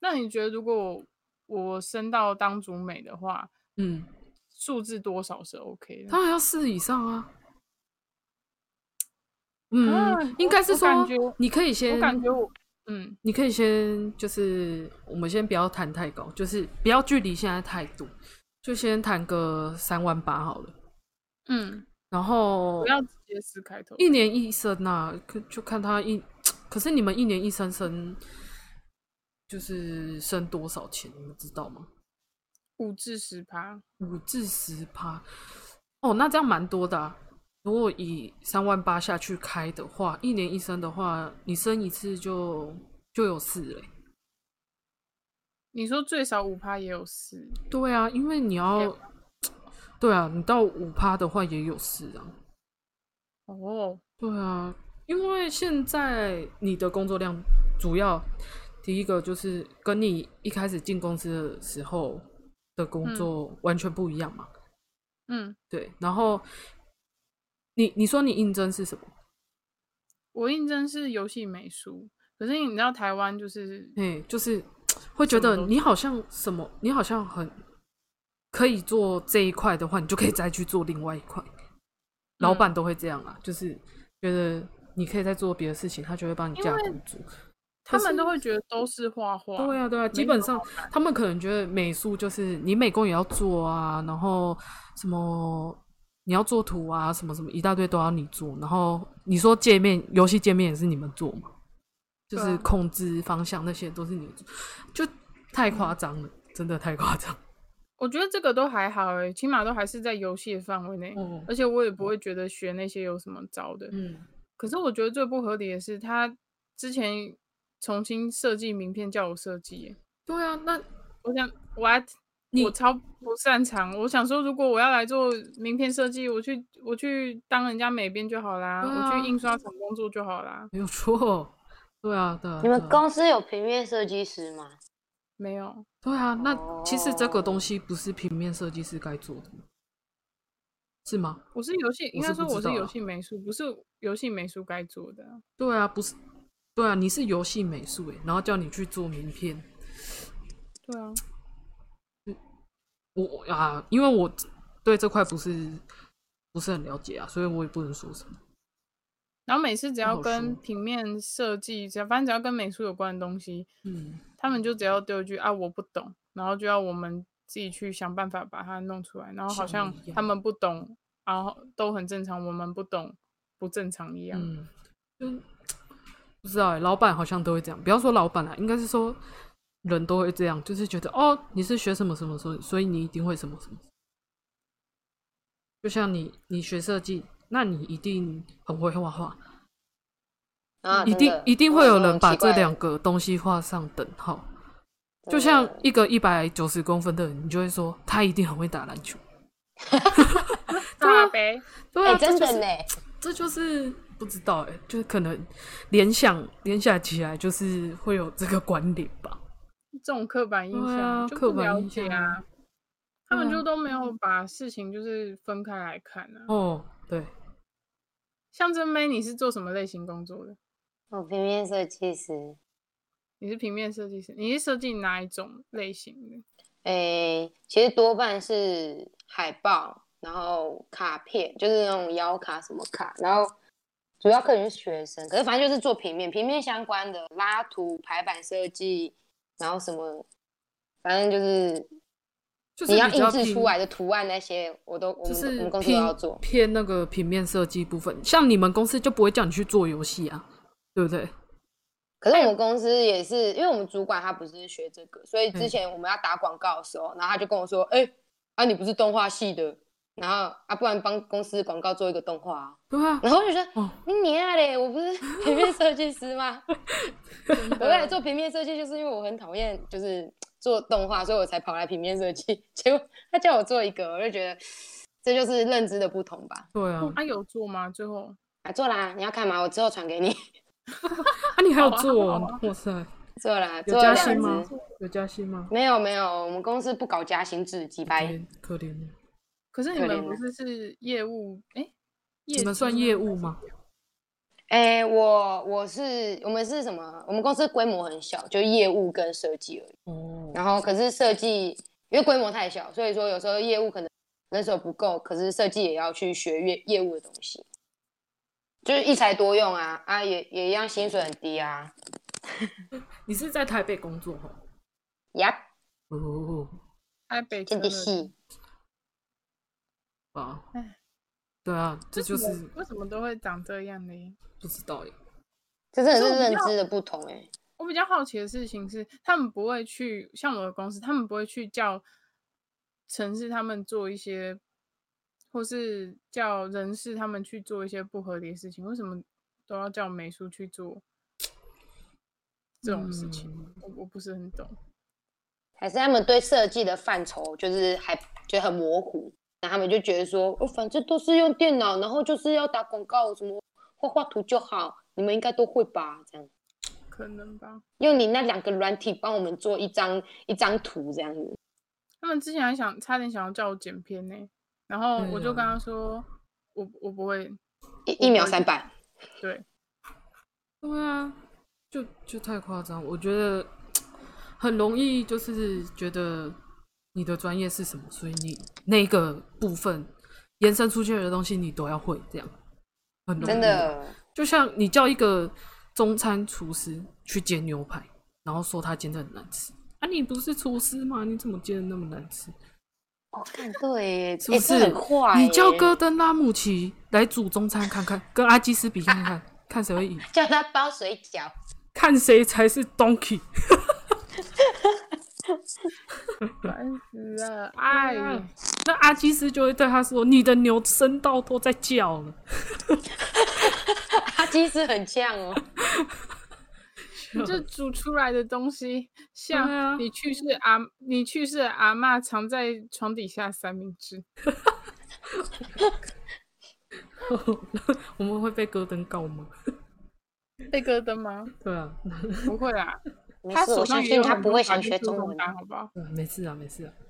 Speaker 2: 那你觉得如果我升到当主美的话，
Speaker 3: 嗯，
Speaker 2: 数字多少是 OK 的？
Speaker 3: 当然要四以上啊。
Speaker 2: 啊
Speaker 3: 嗯，应
Speaker 2: 我
Speaker 3: 该是
Speaker 2: 我
Speaker 3: 说
Speaker 2: 感觉
Speaker 3: 你可以先，
Speaker 2: 我感觉我，嗯，
Speaker 3: 你可以先就是我们先不要谈太高，就是不要距离现在太多，就先谈个三万八好了。
Speaker 2: 嗯，
Speaker 3: 然后
Speaker 2: 不要直接四开头。
Speaker 3: 一年一升呐、可就看他一，可是你们一年一升升，就是升多少钱，你们知道吗？
Speaker 2: 五至十趴，
Speaker 3: 五至十趴，哦，那这样蛮多的啊、如果以三万八下去开的话，一年一升的话，你升一次就就有四欸嘞、
Speaker 2: 你说最少五趴也有四，
Speaker 3: 对啊，因为你要，对啊，你到五趴的话也有四啊。
Speaker 2: 哦，
Speaker 3: 对啊，因为现在你的工作量主要第一个就是跟你一开始进公司的时候的工
Speaker 2: 嗯
Speaker 3: 作完全不一样嘛。
Speaker 2: 嗯，
Speaker 3: 对，然后你你说你应征是什么？
Speaker 2: 我应征是游戏美术，可是你知道台湾就是
Speaker 3: 哎、就是会觉
Speaker 2: 什么
Speaker 3: 得
Speaker 2: 都
Speaker 3: 你好像什么，你好像很可以做这一块的话，你就可以再去做另外一块。老
Speaker 2: 嗯
Speaker 3: 板都会这样啊，就是觉得你可以再做别的事情，他就会帮你
Speaker 2: 因
Speaker 3: 架
Speaker 2: 为
Speaker 3: 雇主。
Speaker 2: 他
Speaker 3: 可
Speaker 2: 们都
Speaker 3: 是
Speaker 2: 会觉得都是画画，
Speaker 3: 对啊，对啊，基
Speaker 2: 没
Speaker 3: 本
Speaker 2: 有
Speaker 3: 上他们可能觉得美术就是你美工也要做啊，然后什么你要做图啊，什么什么一大堆都要你做，然后你说界面游戏界面也是你们做嘛，就
Speaker 2: 对
Speaker 3: 是
Speaker 2: 啊
Speaker 3: 控制方向那些都是你们做，就太夸张了，真的太夸张。
Speaker 2: 我觉得这个都还好诶、起码都还是在游戏的范围内，
Speaker 3: 哦，
Speaker 2: 而且我也不会觉得学那些有什么糟的。
Speaker 3: 嗯
Speaker 2: 可是我觉得最不合理的是，他之前重新设计名片叫我设计耶。
Speaker 3: 对啊，那
Speaker 2: 我想，what？
Speaker 3: 你
Speaker 2: 我超不擅长。我想说，如果我要来做名片设计，我去我去当人家美编就好啦，
Speaker 3: 对
Speaker 2: 我
Speaker 3: 啊
Speaker 2: 去印刷厂工作就好啦。
Speaker 3: 没有错。对啊，对啊，
Speaker 1: 你们
Speaker 3: 对啊
Speaker 1: 公司有平面设计师吗？
Speaker 2: 没有，
Speaker 3: 对啊，那其实这个
Speaker 1: 哦
Speaker 3: 东西不是平面设计师该做的，是吗？
Speaker 2: 我是游戏，应
Speaker 3: 我是
Speaker 2: 该说
Speaker 3: 不知
Speaker 2: 我是
Speaker 3: 道
Speaker 2: 游
Speaker 3: 啊
Speaker 2: 戏美术，不是游戏美术该做的啊。
Speaker 3: 对啊，不是，对啊，你是游戏美术欸诶，然后叫你去做名片，
Speaker 2: 对啊，
Speaker 3: 我我啊，因为我对这块不是不是很了解啊，所以我也不能说什么。
Speaker 2: 然后每次只要
Speaker 3: 好
Speaker 2: 跟
Speaker 3: 说
Speaker 2: 平面设计，只要反正只要跟美术有关的东西，
Speaker 3: 嗯，
Speaker 2: 他们就只要丢一句啊我不懂，然后就要我们自己去想办法把它弄出来。然后好像
Speaker 3: 像我一样
Speaker 2: 他们不懂，然后都很正常，我们不懂不正常一样。
Speaker 3: 嗯，就不知道哎、老板好像都会这样。不要说老板啦，应该是说人都会这样，就是觉得哦，你是学什么什么所以所以你一定会什么什么。就像你你学设计，那你一定很会画画，
Speaker 1: 啊，
Speaker 3: 一
Speaker 1: 真
Speaker 3: 定
Speaker 1: 的
Speaker 3: 一定
Speaker 1: 我
Speaker 3: 会有
Speaker 1: 那种
Speaker 3: 人把
Speaker 1: 奇怪嗯
Speaker 3: 这
Speaker 1: 的
Speaker 3: 两个东西画上等号。
Speaker 1: 真
Speaker 3: 就
Speaker 1: 的
Speaker 3: 像一个一百九十公分的人，你就会说他一定很会打篮球。对啊
Speaker 2: 大呗，
Speaker 3: 对
Speaker 1: 哎、
Speaker 3: 啊，
Speaker 1: 真
Speaker 3: 这就
Speaker 1: 的
Speaker 3: 是
Speaker 1: 呢，
Speaker 3: 这就是不知道哎、就是可能联想联想起来，就是会有这个关联吧。
Speaker 2: 这种刻板印
Speaker 3: 对
Speaker 2: 象、
Speaker 3: 啊
Speaker 2: 就
Speaker 3: 刻
Speaker 2: 不
Speaker 3: 板
Speaker 2: 了
Speaker 3: 印
Speaker 2: 解
Speaker 3: 象
Speaker 2: 啊。他
Speaker 3: 对
Speaker 2: 们
Speaker 3: 啊
Speaker 2: 就都没有把事情就是分开来看啊。
Speaker 3: 哦，对，
Speaker 2: 像真妹，你是做什么类型工作的？
Speaker 1: 我平面设计师，
Speaker 2: 你是平面设计师，你是设计哪一种类型的？
Speaker 1: 哎、其实多半是海报，然后卡片，就是那种摇卡什么卡，然后主要客人是学生，可是反正就是做平面，平面相关的拉图、排版设计，然后什么，反正就是
Speaker 3: 就是
Speaker 1: 你要
Speaker 3: 比
Speaker 1: 印
Speaker 3: 较
Speaker 1: 制
Speaker 3: 平
Speaker 1: 出来，的图案那些，我都我
Speaker 3: 就
Speaker 1: 们、
Speaker 3: 是
Speaker 1: 我们公司都
Speaker 3: 偏
Speaker 1: 要做。
Speaker 3: 偏那个平面设计部分。像你们公司就不会叫你去做游戏啊，对不对？
Speaker 1: 可是
Speaker 3: 哎
Speaker 1: 我们公司也是，因为我们主管他不是学这个，所以之
Speaker 3: 嗯
Speaker 1: 前我们要打广告的时候，然后他就跟我说：“哎、啊你不是动画系的，然后啊不然帮公司广告做一个动画、啊。
Speaker 3: 对啊”，
Speaker 1: 然后我就说
Speaker 3: 哦：“
Speaker 1: 你娘啊嘞，我 不是平面设计师吗？我来做平面设计，就是因为我很讨厌就是做动画，所以我才跑来平面设计。 结果他叫我做一个，我就觉得这就是认知的不同吧。
Speaker 3: 对啊，
Speaker 2: 他、有做吗？最后
Speaker 1: 啊，做啦，你要看吗？我之后传给你。
Speaker 3: 啊，你还有
Speaker 2: 好啊
Speaker 3: 做
Speaker 2: 好
Speaker 3: 哦
Speaker 2: 啊，
Speaker 3: 哇塞，
Speaker 1: 做啦，
Speaker 3: 有
Speaker 1: 做
Speaker 3: 加
Speaker 1: 了
Speaker 3: 薪
Speaker 1: 两
Speaker 3: 吗
Speaker 1: 只。？
Speaker 3: 有加薪吗？
Speaker 1: 没有没有，我们公司不搞加薪制，几
Speaker 3: 可
Speaker 1: 百。
Speaker 3: 怜可怜了，
Speaker 2: 可是你
Speaker 1: 可
Speaker 2: 们
Speaker 1: 怜
Speaker 2: 不
Speaker 1: 了
Speaker 2: 是是业务？哎、
Speaker 3: 哦你们
Speaker 2: 绩
Speaker 3: 算
Speaker 2: 吗
Speaker 3: 业务吗？
Speaker 1: 哎、我我是我们是什么？我们公司规模很小，就业务跟设计而已。
Speaker 3: 哦，
Speaker 1: 然后可是设计因为规模太小，所以说有时候业务可能人手不够，可是设计也要去学业业务的东西，就是一才多用啊啊也也一样薪水很低啊。
Speaker 3: 你是在台北工作哦？
Speaker 1: 呀，
Speaker 3: 哦，
Speaker 2: 台北
Speaker 1: 这
Speaker 2: 车
Speaker 1: 的
Speaker 2: 的
Speaker 1: 戏
Speaker 3: 啊
Speaker 2: 唉，
Speaker 3: 对啊，这就
Speaker 2: 为什么
Speaker 3: 是
Speaker 2: 为什么都会长这样呢？
Speaker 3: 不知道耶。
Speaker 1: 这真的
Speaker 2: 可是
Speaker 1: 是
Speaker 2: 我比
Speaker 1: 认
Speaker 2: 较
Speaker 1: 知的不同哎、
Speaker 2: 我比较好奇的事情是，他们不会去像我的公司，他们不会去叫城市他们做一些，或是叫人事他们去做一些不合理的事情，为什么都要叫美术去做这种事情？
Speaker 3: 嗯
Speaker 2: 我我不是很懂。
Speaker 1: 还是他们对设计的范畴就是还觉得很模糊，然后他们就觉得说，哦，反正都是用电脑，然后就是要打广告，什么画画图就好，你们应该都会吧？这样，
Speaker 2: 可能吧。
Speaker 1: 用你那两个软体帮我们做一张一张图这样子。
Speaker 2: 他们之前还想差点想要叫我剪片呢、然后我就跟
Speaker 3: 嗯
Speaker 2: 他说，我我不 会，
Speaker 1: 一一秒三百，
Speaker 2: 对，
Speaker 3: 对啊，就就太夸张，我觉得很容易就是觉得你的专业是什么，所以你那个部分延伸出去的东西你都要会，这样很容易。
Speaker 1: 真，的
Speaker 3: 就像你叫一个中餐厨师去煎牛排，然后说他煎的很难吃。啊，你不是厨师吗？你怎么煎的那么难吃？
Speaker 1: 哦，看对耶，
Speaker 3: 是不
Speaker 1: 诶
Speaker 3: 是？
Speaker 1: 这很坏耶。
Speaker 3: 你叫戈登拉姆齐来煮中餐看看，跟阿基斯比看看，看谁会赢，
Speaker 1: 叫他包水饺，
Speaker 3: 看谁才是 donkey。
Speaker 2: 烦死了，哎
Speaker 3: 对
Speaker 2: 呦
Speaker 3: 啊，那阿基斯就会对他说：“你的牛声道都在叫了。
Speaker 1: 他其实很呛哦。”
Speaker 3: 笑
Speaker 2: 这煮出来的东西，
Speaker 3: 啊
Speaker 2: 像你去世阿你去世的阿嬷藏在床底下的三明治，
Speaker 3: 我们会被戈登告吗？
Speaker 2: 被割的吗？
Speaker 3: 对啊，
Speaker 2: 不会啦，
Speaker 1: 没
Speaker 2: 他
Speaker 1: 事，我
Speaker 2: 手
Speaker 1: 相
Speaker 2: 上也
Speaker 1: 信
Speaker 2: 有
Speaker 1: 他
Speaker 2: 很
Speaker 1: 不
Speaker 2: 多
Speaker 1: 会
Speaker 2: 法
Speaker 1: 想
Speaker 2: 律
Speaker 1: 学
Speaker 2: 诉
Speaker 1: 中
Speaker 2: 讼
Speaker 1: 文的
Speaker 2: 法，好不好？
Speaker 3: 对啊没事啊，没事啊。哎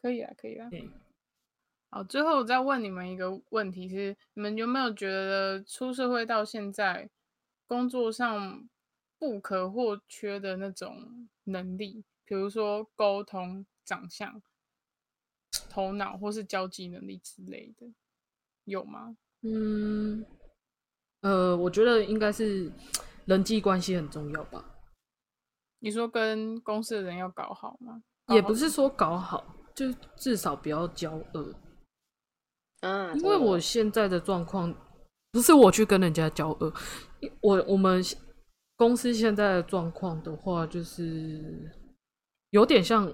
Speaker 2: 可以啊，可以啊。
Speaker 3: 对
Speaker 2: 好，最后我再问你们一个问题是：你们有没有觉得出社会到现在，工作上不可或缺的那种能力，比如说沟通、长相、头脑或是交际能力之类的，有吗？
Speaker 3: 嗯，呃，我觉得应该是人际关系很重要吧，
Speaker 2: 你说跟公司的人要搞好吗？搞
Speaker 3: 也
Speaker 2: 好
Speaker 3: 不
Speaker 2: 什
Speaker 3: 是
Speaker 2: 么
Speaker 3: 说搞好，就至少不要交恶。
Speaker 1: 啊，
Speaker 3: 因
Speaker 1: 真
Speaker 3: 为
Speaker 1: 的
Speaker 3: 我现在的状况不是我去跟人家交恶，因我我们现公司现在的状况的话，就是有点像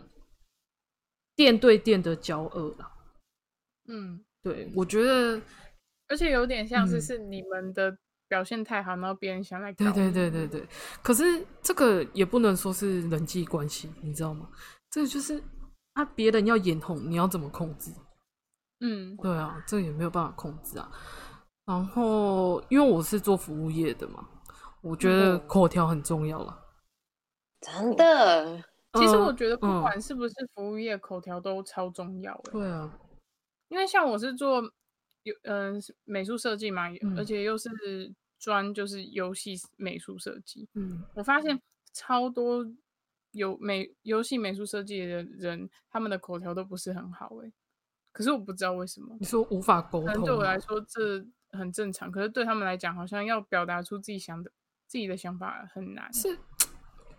Speaker 3: 店对店的交恶啦。
Speaker 2: 嗯，
Speaker 3: 对，我觉得
Speaker 2: 而且有点像是
Speaker 3: 嗯
Speaker 2: 是你们的表现太好，然后别人想来搞
Speaker 3: 对
Speaker 2: 你，
Speaker 3: 对对对对，可是这个也不能说是人际关系，你知道吗？这个就是啊，别人要眼红，你要怎么控制？
Speaker 2: 嗯
Speaker 3: 对啊，这也没有办法控制啊。然后，因为我是做服务业的嘛，我觉得
Speaker 1: 嗯
Speaker 3: 口条很重要了。
Speaker 1: 真的
Speaker 2: 其实
Speaker 3: 嗯
Speaker 2: 我觉得不
Speaker 3: 嗯
Speaker 2: 管是不是服务业，口条都超重要、欸。
Speaker 3: 对啊，
Speaker 2: 因为像我是做有嗯、是美术设计嘛，而
Speaker 3: 嗯
Speaker 2: 且又是专就是游戏美术设计，
Speaker 3: 嗯，
Speaker 2: 我发现超多有美游戏美术设计的人，他们的口条都不是很好哎、可是我不知道为什么，
Speaker 3: 你说无法沟
Speaker 2: 可能
Speaker 3: 通啊
Speaker 2: 对我
Speaker 3: 吗
Speaker 2: 来说这很正常，可是对他们来讲，好像要表达出自己想的自己的想法很难。
Speaker 3: 是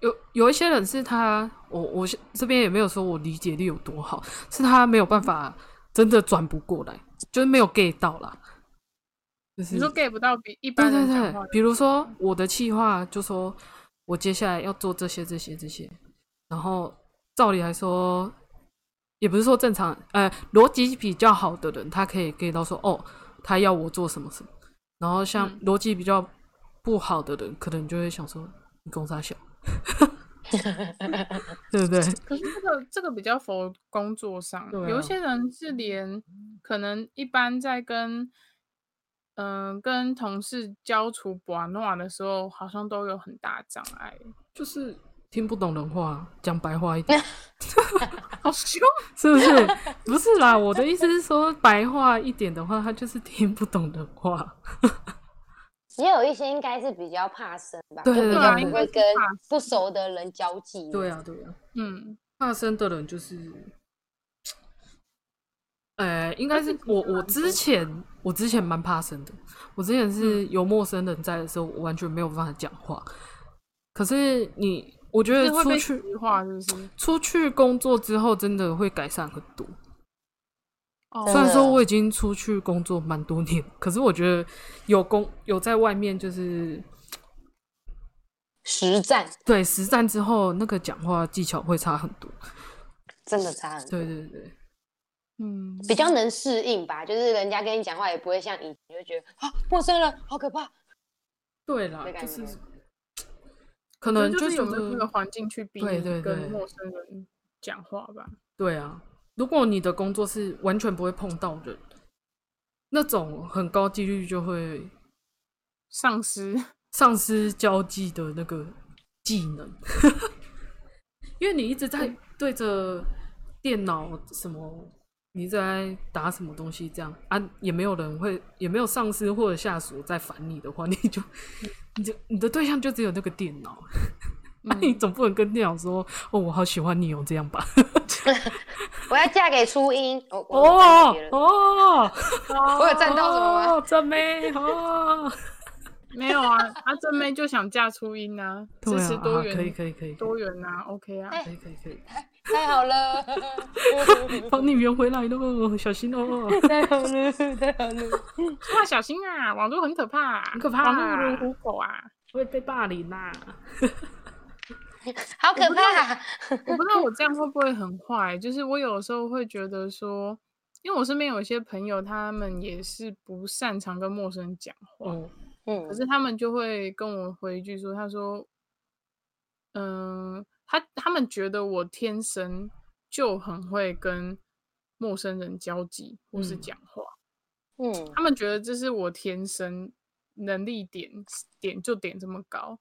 Speaker 3: 有有一些人是他，我我是这边也没有说我理解力有多好，是他没有办法真的转不过来，就是没有 get 到啦。就是
Speaker 2: 你说 get 不到比一
Speaker 3: 对
Speaker 2: 般
Speaker 3: 对
Speaker 2: 人讲
Speaker 3: 对
Speaker 2: 话的，嗯
Speaker 3: 比如说我的计划就说，我接下来要做这些这些这些，然后照理来说，也不是说正常，呃，逻辑比较好的人，他可以 get 到说，哦，他要我做什么什么，然后像
Speaker 2: 嗯
Speaker 3: 逻辑比较不好的人，可能就会想说，你 公差小， 对不对？
Speaker 2: 可是这个这个比较否工作上，
Speaker 3: 对
Speaker 2: 有
Speaker 3: 啊
Speaker 2: 一些人是连可能一般在跟嗯、跟同事交处玩闹的时候，好像都有很大障碍，
Speaker 3: 就是听不懂人话，讲白话一点。
Speaker 2: 好凶。
Speaker 3: 是不是？不是啦，我的意思是说，白话一点的话，他就是听不懂人话。
Speaker 1: 也有一些应该是比较怕生吧，
Speaker 3: 对
Speaker 1: 就比
Speaker 3: 对
Speaker 1: 较
Speaker 3: 对
Speaker 1: 不会
Speaker 2: 应该是
Speaker 1: 跟
Speaker 2: 怕生
Speaker 1: 不熟的人交际。
Speaker 3: 对啊，对啊，
Speaker 2: 嗯，
Speaker 3: 怕生的人就是，呃，应该
Speaker 2: 但是
Speaker 3: 是
Speaker 2: 其实
Speaker 3: 我
Speaker 2: 哎蛮
Speaker 3: 我
Speaker 2: 多
Speaker 3: 之前我之前蛮怕生的，我之前
Speaker 2: 嗯
Speaker 3: 是有陌生人在的时候，我完全没有办法讲话。可是你，我觉得
Speaker 2: 是会
Speaker 3: 出
Speaker 2: 被
Speaker 3: 去
Speaker 2: 实话是不是？
Speaker 3: 出去工作之后，真的会改善很多。
Speaker 2: 哦
Speaker 1: 真
Speaker 3: 虽然
Speaker 1: 的
Speaker 3: 说我已经出去工作蛮多年，可是我觉得有工有在外面就是
Speaker 1: 实战
Speaker 3: 对实战之后，那个讲话技巧会差很多。
Speaker 1: 真的差很多，
Speaker 3: 对对对，
Speaker 2: 嗯，
Speaker 1: 比较能适应吧，就是人家跟你讲话也不会像以前就觉得啊陌生人好可怕。
Speaker 3: 对啦
Speaker 1: 没，感
Speaker 3: 就
Speaker 1: 觉
Speaker 3: 是
Speaker 2: 可
Speaker 3: 可能
Speaker 2: 就是是有没有那个环境去逼
Speaker 3: 对
Speaker 2: 你
Speaker 3: 对
Speaker 2: 跟
Speaker 3: 对
Speaker 2: 陌生人讲话吧？
Speaker 3: 对啊。如果你的工作是完全不会碰到人，那种很高几率就会
Speaker 2: 丧
Speaker 3: 嗯
Speaker 2: 失
Speaker 3: 丧失交际的那个技能， 因为你一直在对着电脑什么，你一直在打什么东西，这样啊，也没有人会，也没有上司或者下属在烦你的话，你就 你就你的对象就只有那个电脑，
Speaker 2: 嗯
Speaker 3: 那、
Speaker 2: 哎
Speaker 3: 你总不能跟电脑说哦，我好喜欢你哦，这样吧？
Speaker 1: 我要嫁给初音，我我有
Speaker 3: 哦
Speaker 1: 站到别人
Speaker 3: 哦，
Speaker 1: 我有站到什么吗？
Speaker 3: 哦，真美哦，
Speaker 2: 没有啊，阿正妹就想嫁初音啊， 支
Speaker 3: 对啊
Speaker 2: 持
Speaker 3: 啊
Speaker 2: 多元，
Speaker 3: 可以可以可以，可以
Speaker 2: 多元啊，OK 啊。
Speaker 3: 可以可以可以。
Speaker 1: 太好了，
Speaker 3: 帮你圆回来喽，小心哦，
Speaker 1: 太好了，太好了。
Speaker 2: 要小心啊，网络很可怕、
Speaker 3: 很可怕
Speaker 2: 网络如虎口啊！
Speaker 3: 会被霸凌啦、
Speaker 1: 好可怕！
Speaker 2: 我不知道我这样会不会很坏， 就是我有时候会觉得说，因为我身边有一些朋友，他们也是不擅长跟陌生人讲话，
Speaker 3: 哦，
Speaker 1: 嗯
Speaker 2: 可，是他们就会跟我回一句说，他说嗯、他他们觉得我天生就很会跟陌生人交际或是
Speaker 3: 嗯
Speaker 2: 讲话，
Speaker 1: 嗯
Speaker 2: 他们觉得这是我天生能力点点就点这么高。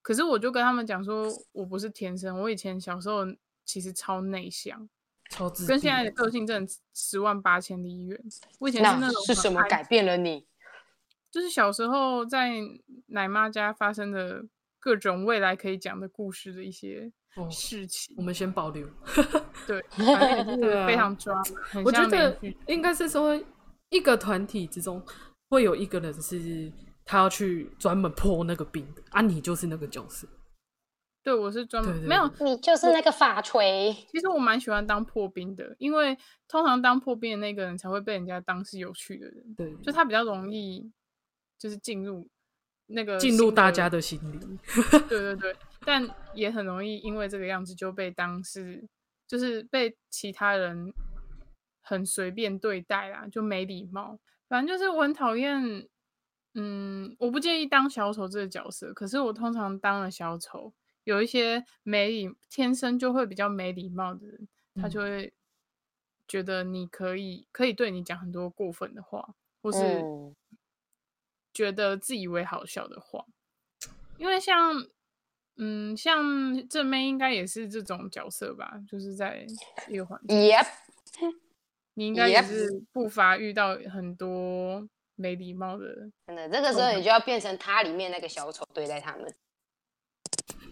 Speaker 2: 可是我就跟他们讲说，我不是天生，我以前小时候其实超内向，
Speaker 3: 超自
Speaker 2: 跟
Speaker 3: 闭
Speaker 2: 现在的个性真的十万八千里远。我以前是
Speaker 1: 那
Speaker 2: 那种
Speaker 1: 是
Speaker 2: 很
Speaker 1: 什么
Speaker 2: 安
Speaker 1: 改变了你？
Speaker 2: 就是小时候在奶妈家发生的各种未来可以讲的故事的一些
Speaker 3: 哦
Speaker 2: 事情，
Speaker 3: 我们先保留。
Speaker 2: 对，反正就
Speaker 3: 对
Speaker 2: 是
Speaker 3: 啊
Speaker 2: 非常抓马，很
Speaker 3: 我觉
Speaker 2: 像连
Speaker 3: 得
Speaker 2: 续剧
Speaker 3: 应该是说，一个团体之中会有一个人是他要去专门破那个冰的啊，你就是那个角色。
Speaker 2: 对我是专门
Speaker 3: 对对
Speaker 2: 没有。
Speaker 1: 你就是那个法锤，
Speaker 2: 其实我蛮喜欢当破冰的，因为通常当破冰的那个人才会被人家当是有趣的人，
Speaker 3: 对，
Speaker 2: 就他比较容易就是进入那个
Speaker 3: 进入
Speaker 2: 新
Speaker 3: 大家的心里。
Speaker 2: 对对对，但也很容易因为这个样子就被当是，就是被其他人很随便对待啦，就没礼貌。反正就是我很讨厌，嗯，我不介意当小丑这个角色，可是我通常当了小丑，有一些没礼，天生就会比较没礼貌的人，他
Speaker 3: 嗯
Speaker 2: 就会觉得你可以可以对你讲很多过分的话，或是
Speaker 1: 嗯
Speaker 2: 觉得自以为好笑的话，因为像嗯，像正妹应该也是这种角色吧，就是在一个环境，
Speaker 1: ，Yep，
Speaker 2: 你应该也
Speaker 1: Yep
Speaker 2: 是不乏遇到很多没礼貌的人
Speaker 1: 真的，这个时候你就要变成他里面那个小丑对待他们，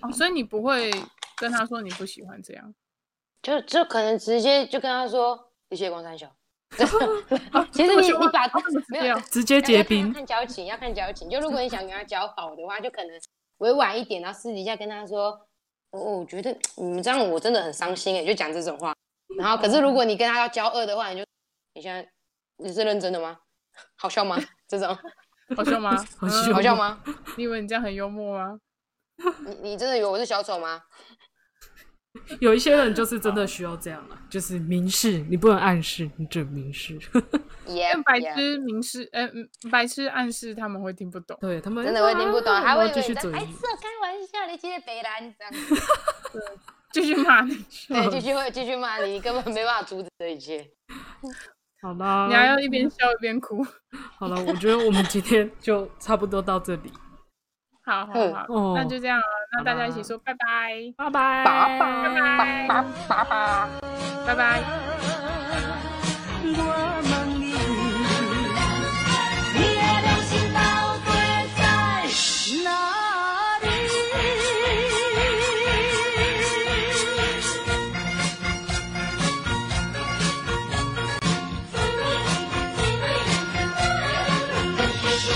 Speaker 2: 哦，所以你不会跟他说你不喜欢这样，
Speaker 1: 就就可能直接就跟他说你谢光三小。其实
Speaker 2: 这么
Speaker 1: 你
Speaker 2: 凶
Speaker 1: 你
Speaker 2: 啊
Speaker 1: 把
Speaker 2: 哦这么直
Speaker 1: 没有
Speaker 2: 接哦
Speaker 3: 直接
Speaker 1: 要
Speaker 3: 结
Speaker 1: 要看要
Speaker 3: 冰，
Speaker 1: 看交情，要看交情。就如果你想跟他交好的话，就可能委婉一点，然后私底下跟他说，我、我觉得你们这样我真的很伤心哎，就讲这种话。然后，可是如果你跟他要交恶的话，你就你现在你是认真的吗？好笑吗？这 种
Speaker 2: 好笑吗？
Speaker 3: 好
Speaker 2: 嗯
Speaker 3: 笑
Speaker 1: 好笑吗？
Speaker 2: 你以为你这样很幽默吗？
Speaker 1: 你你真的以为我是小 丑吗？
Speaker 3: 有一些人就是真的需要这样啊，就是明示，你不能暗示，你只能明示。
Speaker 1: 也、
Speaker 2: 但白
Speaker 1: yeah,
Speaker 2: 痴明示，呃，嗯白痴暗示他们会听不懂。
Speaker 3: 对他们
Speaker 1: 真的会听 不懂，还会
Speaker 3: 会
Speaker 1: 以
Speaker 3: 继
Speaker 1: 为
Speaker 3: 续
Speaker 1: 你在
Speaker 3: 嘴
Speaker 1: 哎，
Speaker 3: 硬。
Speaker 1: 这开玩笑，你今天北兰这样，
Speaker 2: 继续骂你，
Speaker 1: 对，继续会继续骂你，你根本没办法阻止这一切。
Speaker 3: 好啦，
Speaker 2: 你还要一边笑一边哭。
Speaker 3: 好了，我觉得我们今天就差不多到这里，
Speaker 2: 好好
Speaker 1: 嗯
Speaker 2: 好，
Speaker 3: 哦
Speaker 2: 那就这样了，那大家一起
Speaker 3: 好啦
Speaker 2: 说拜拜，
Speaker 3: 拜拜，
Speaker 1: 拜
Speaker 2: 拜拜，
Speaker 1: 爸爸。
Speaker 2: 拜拜。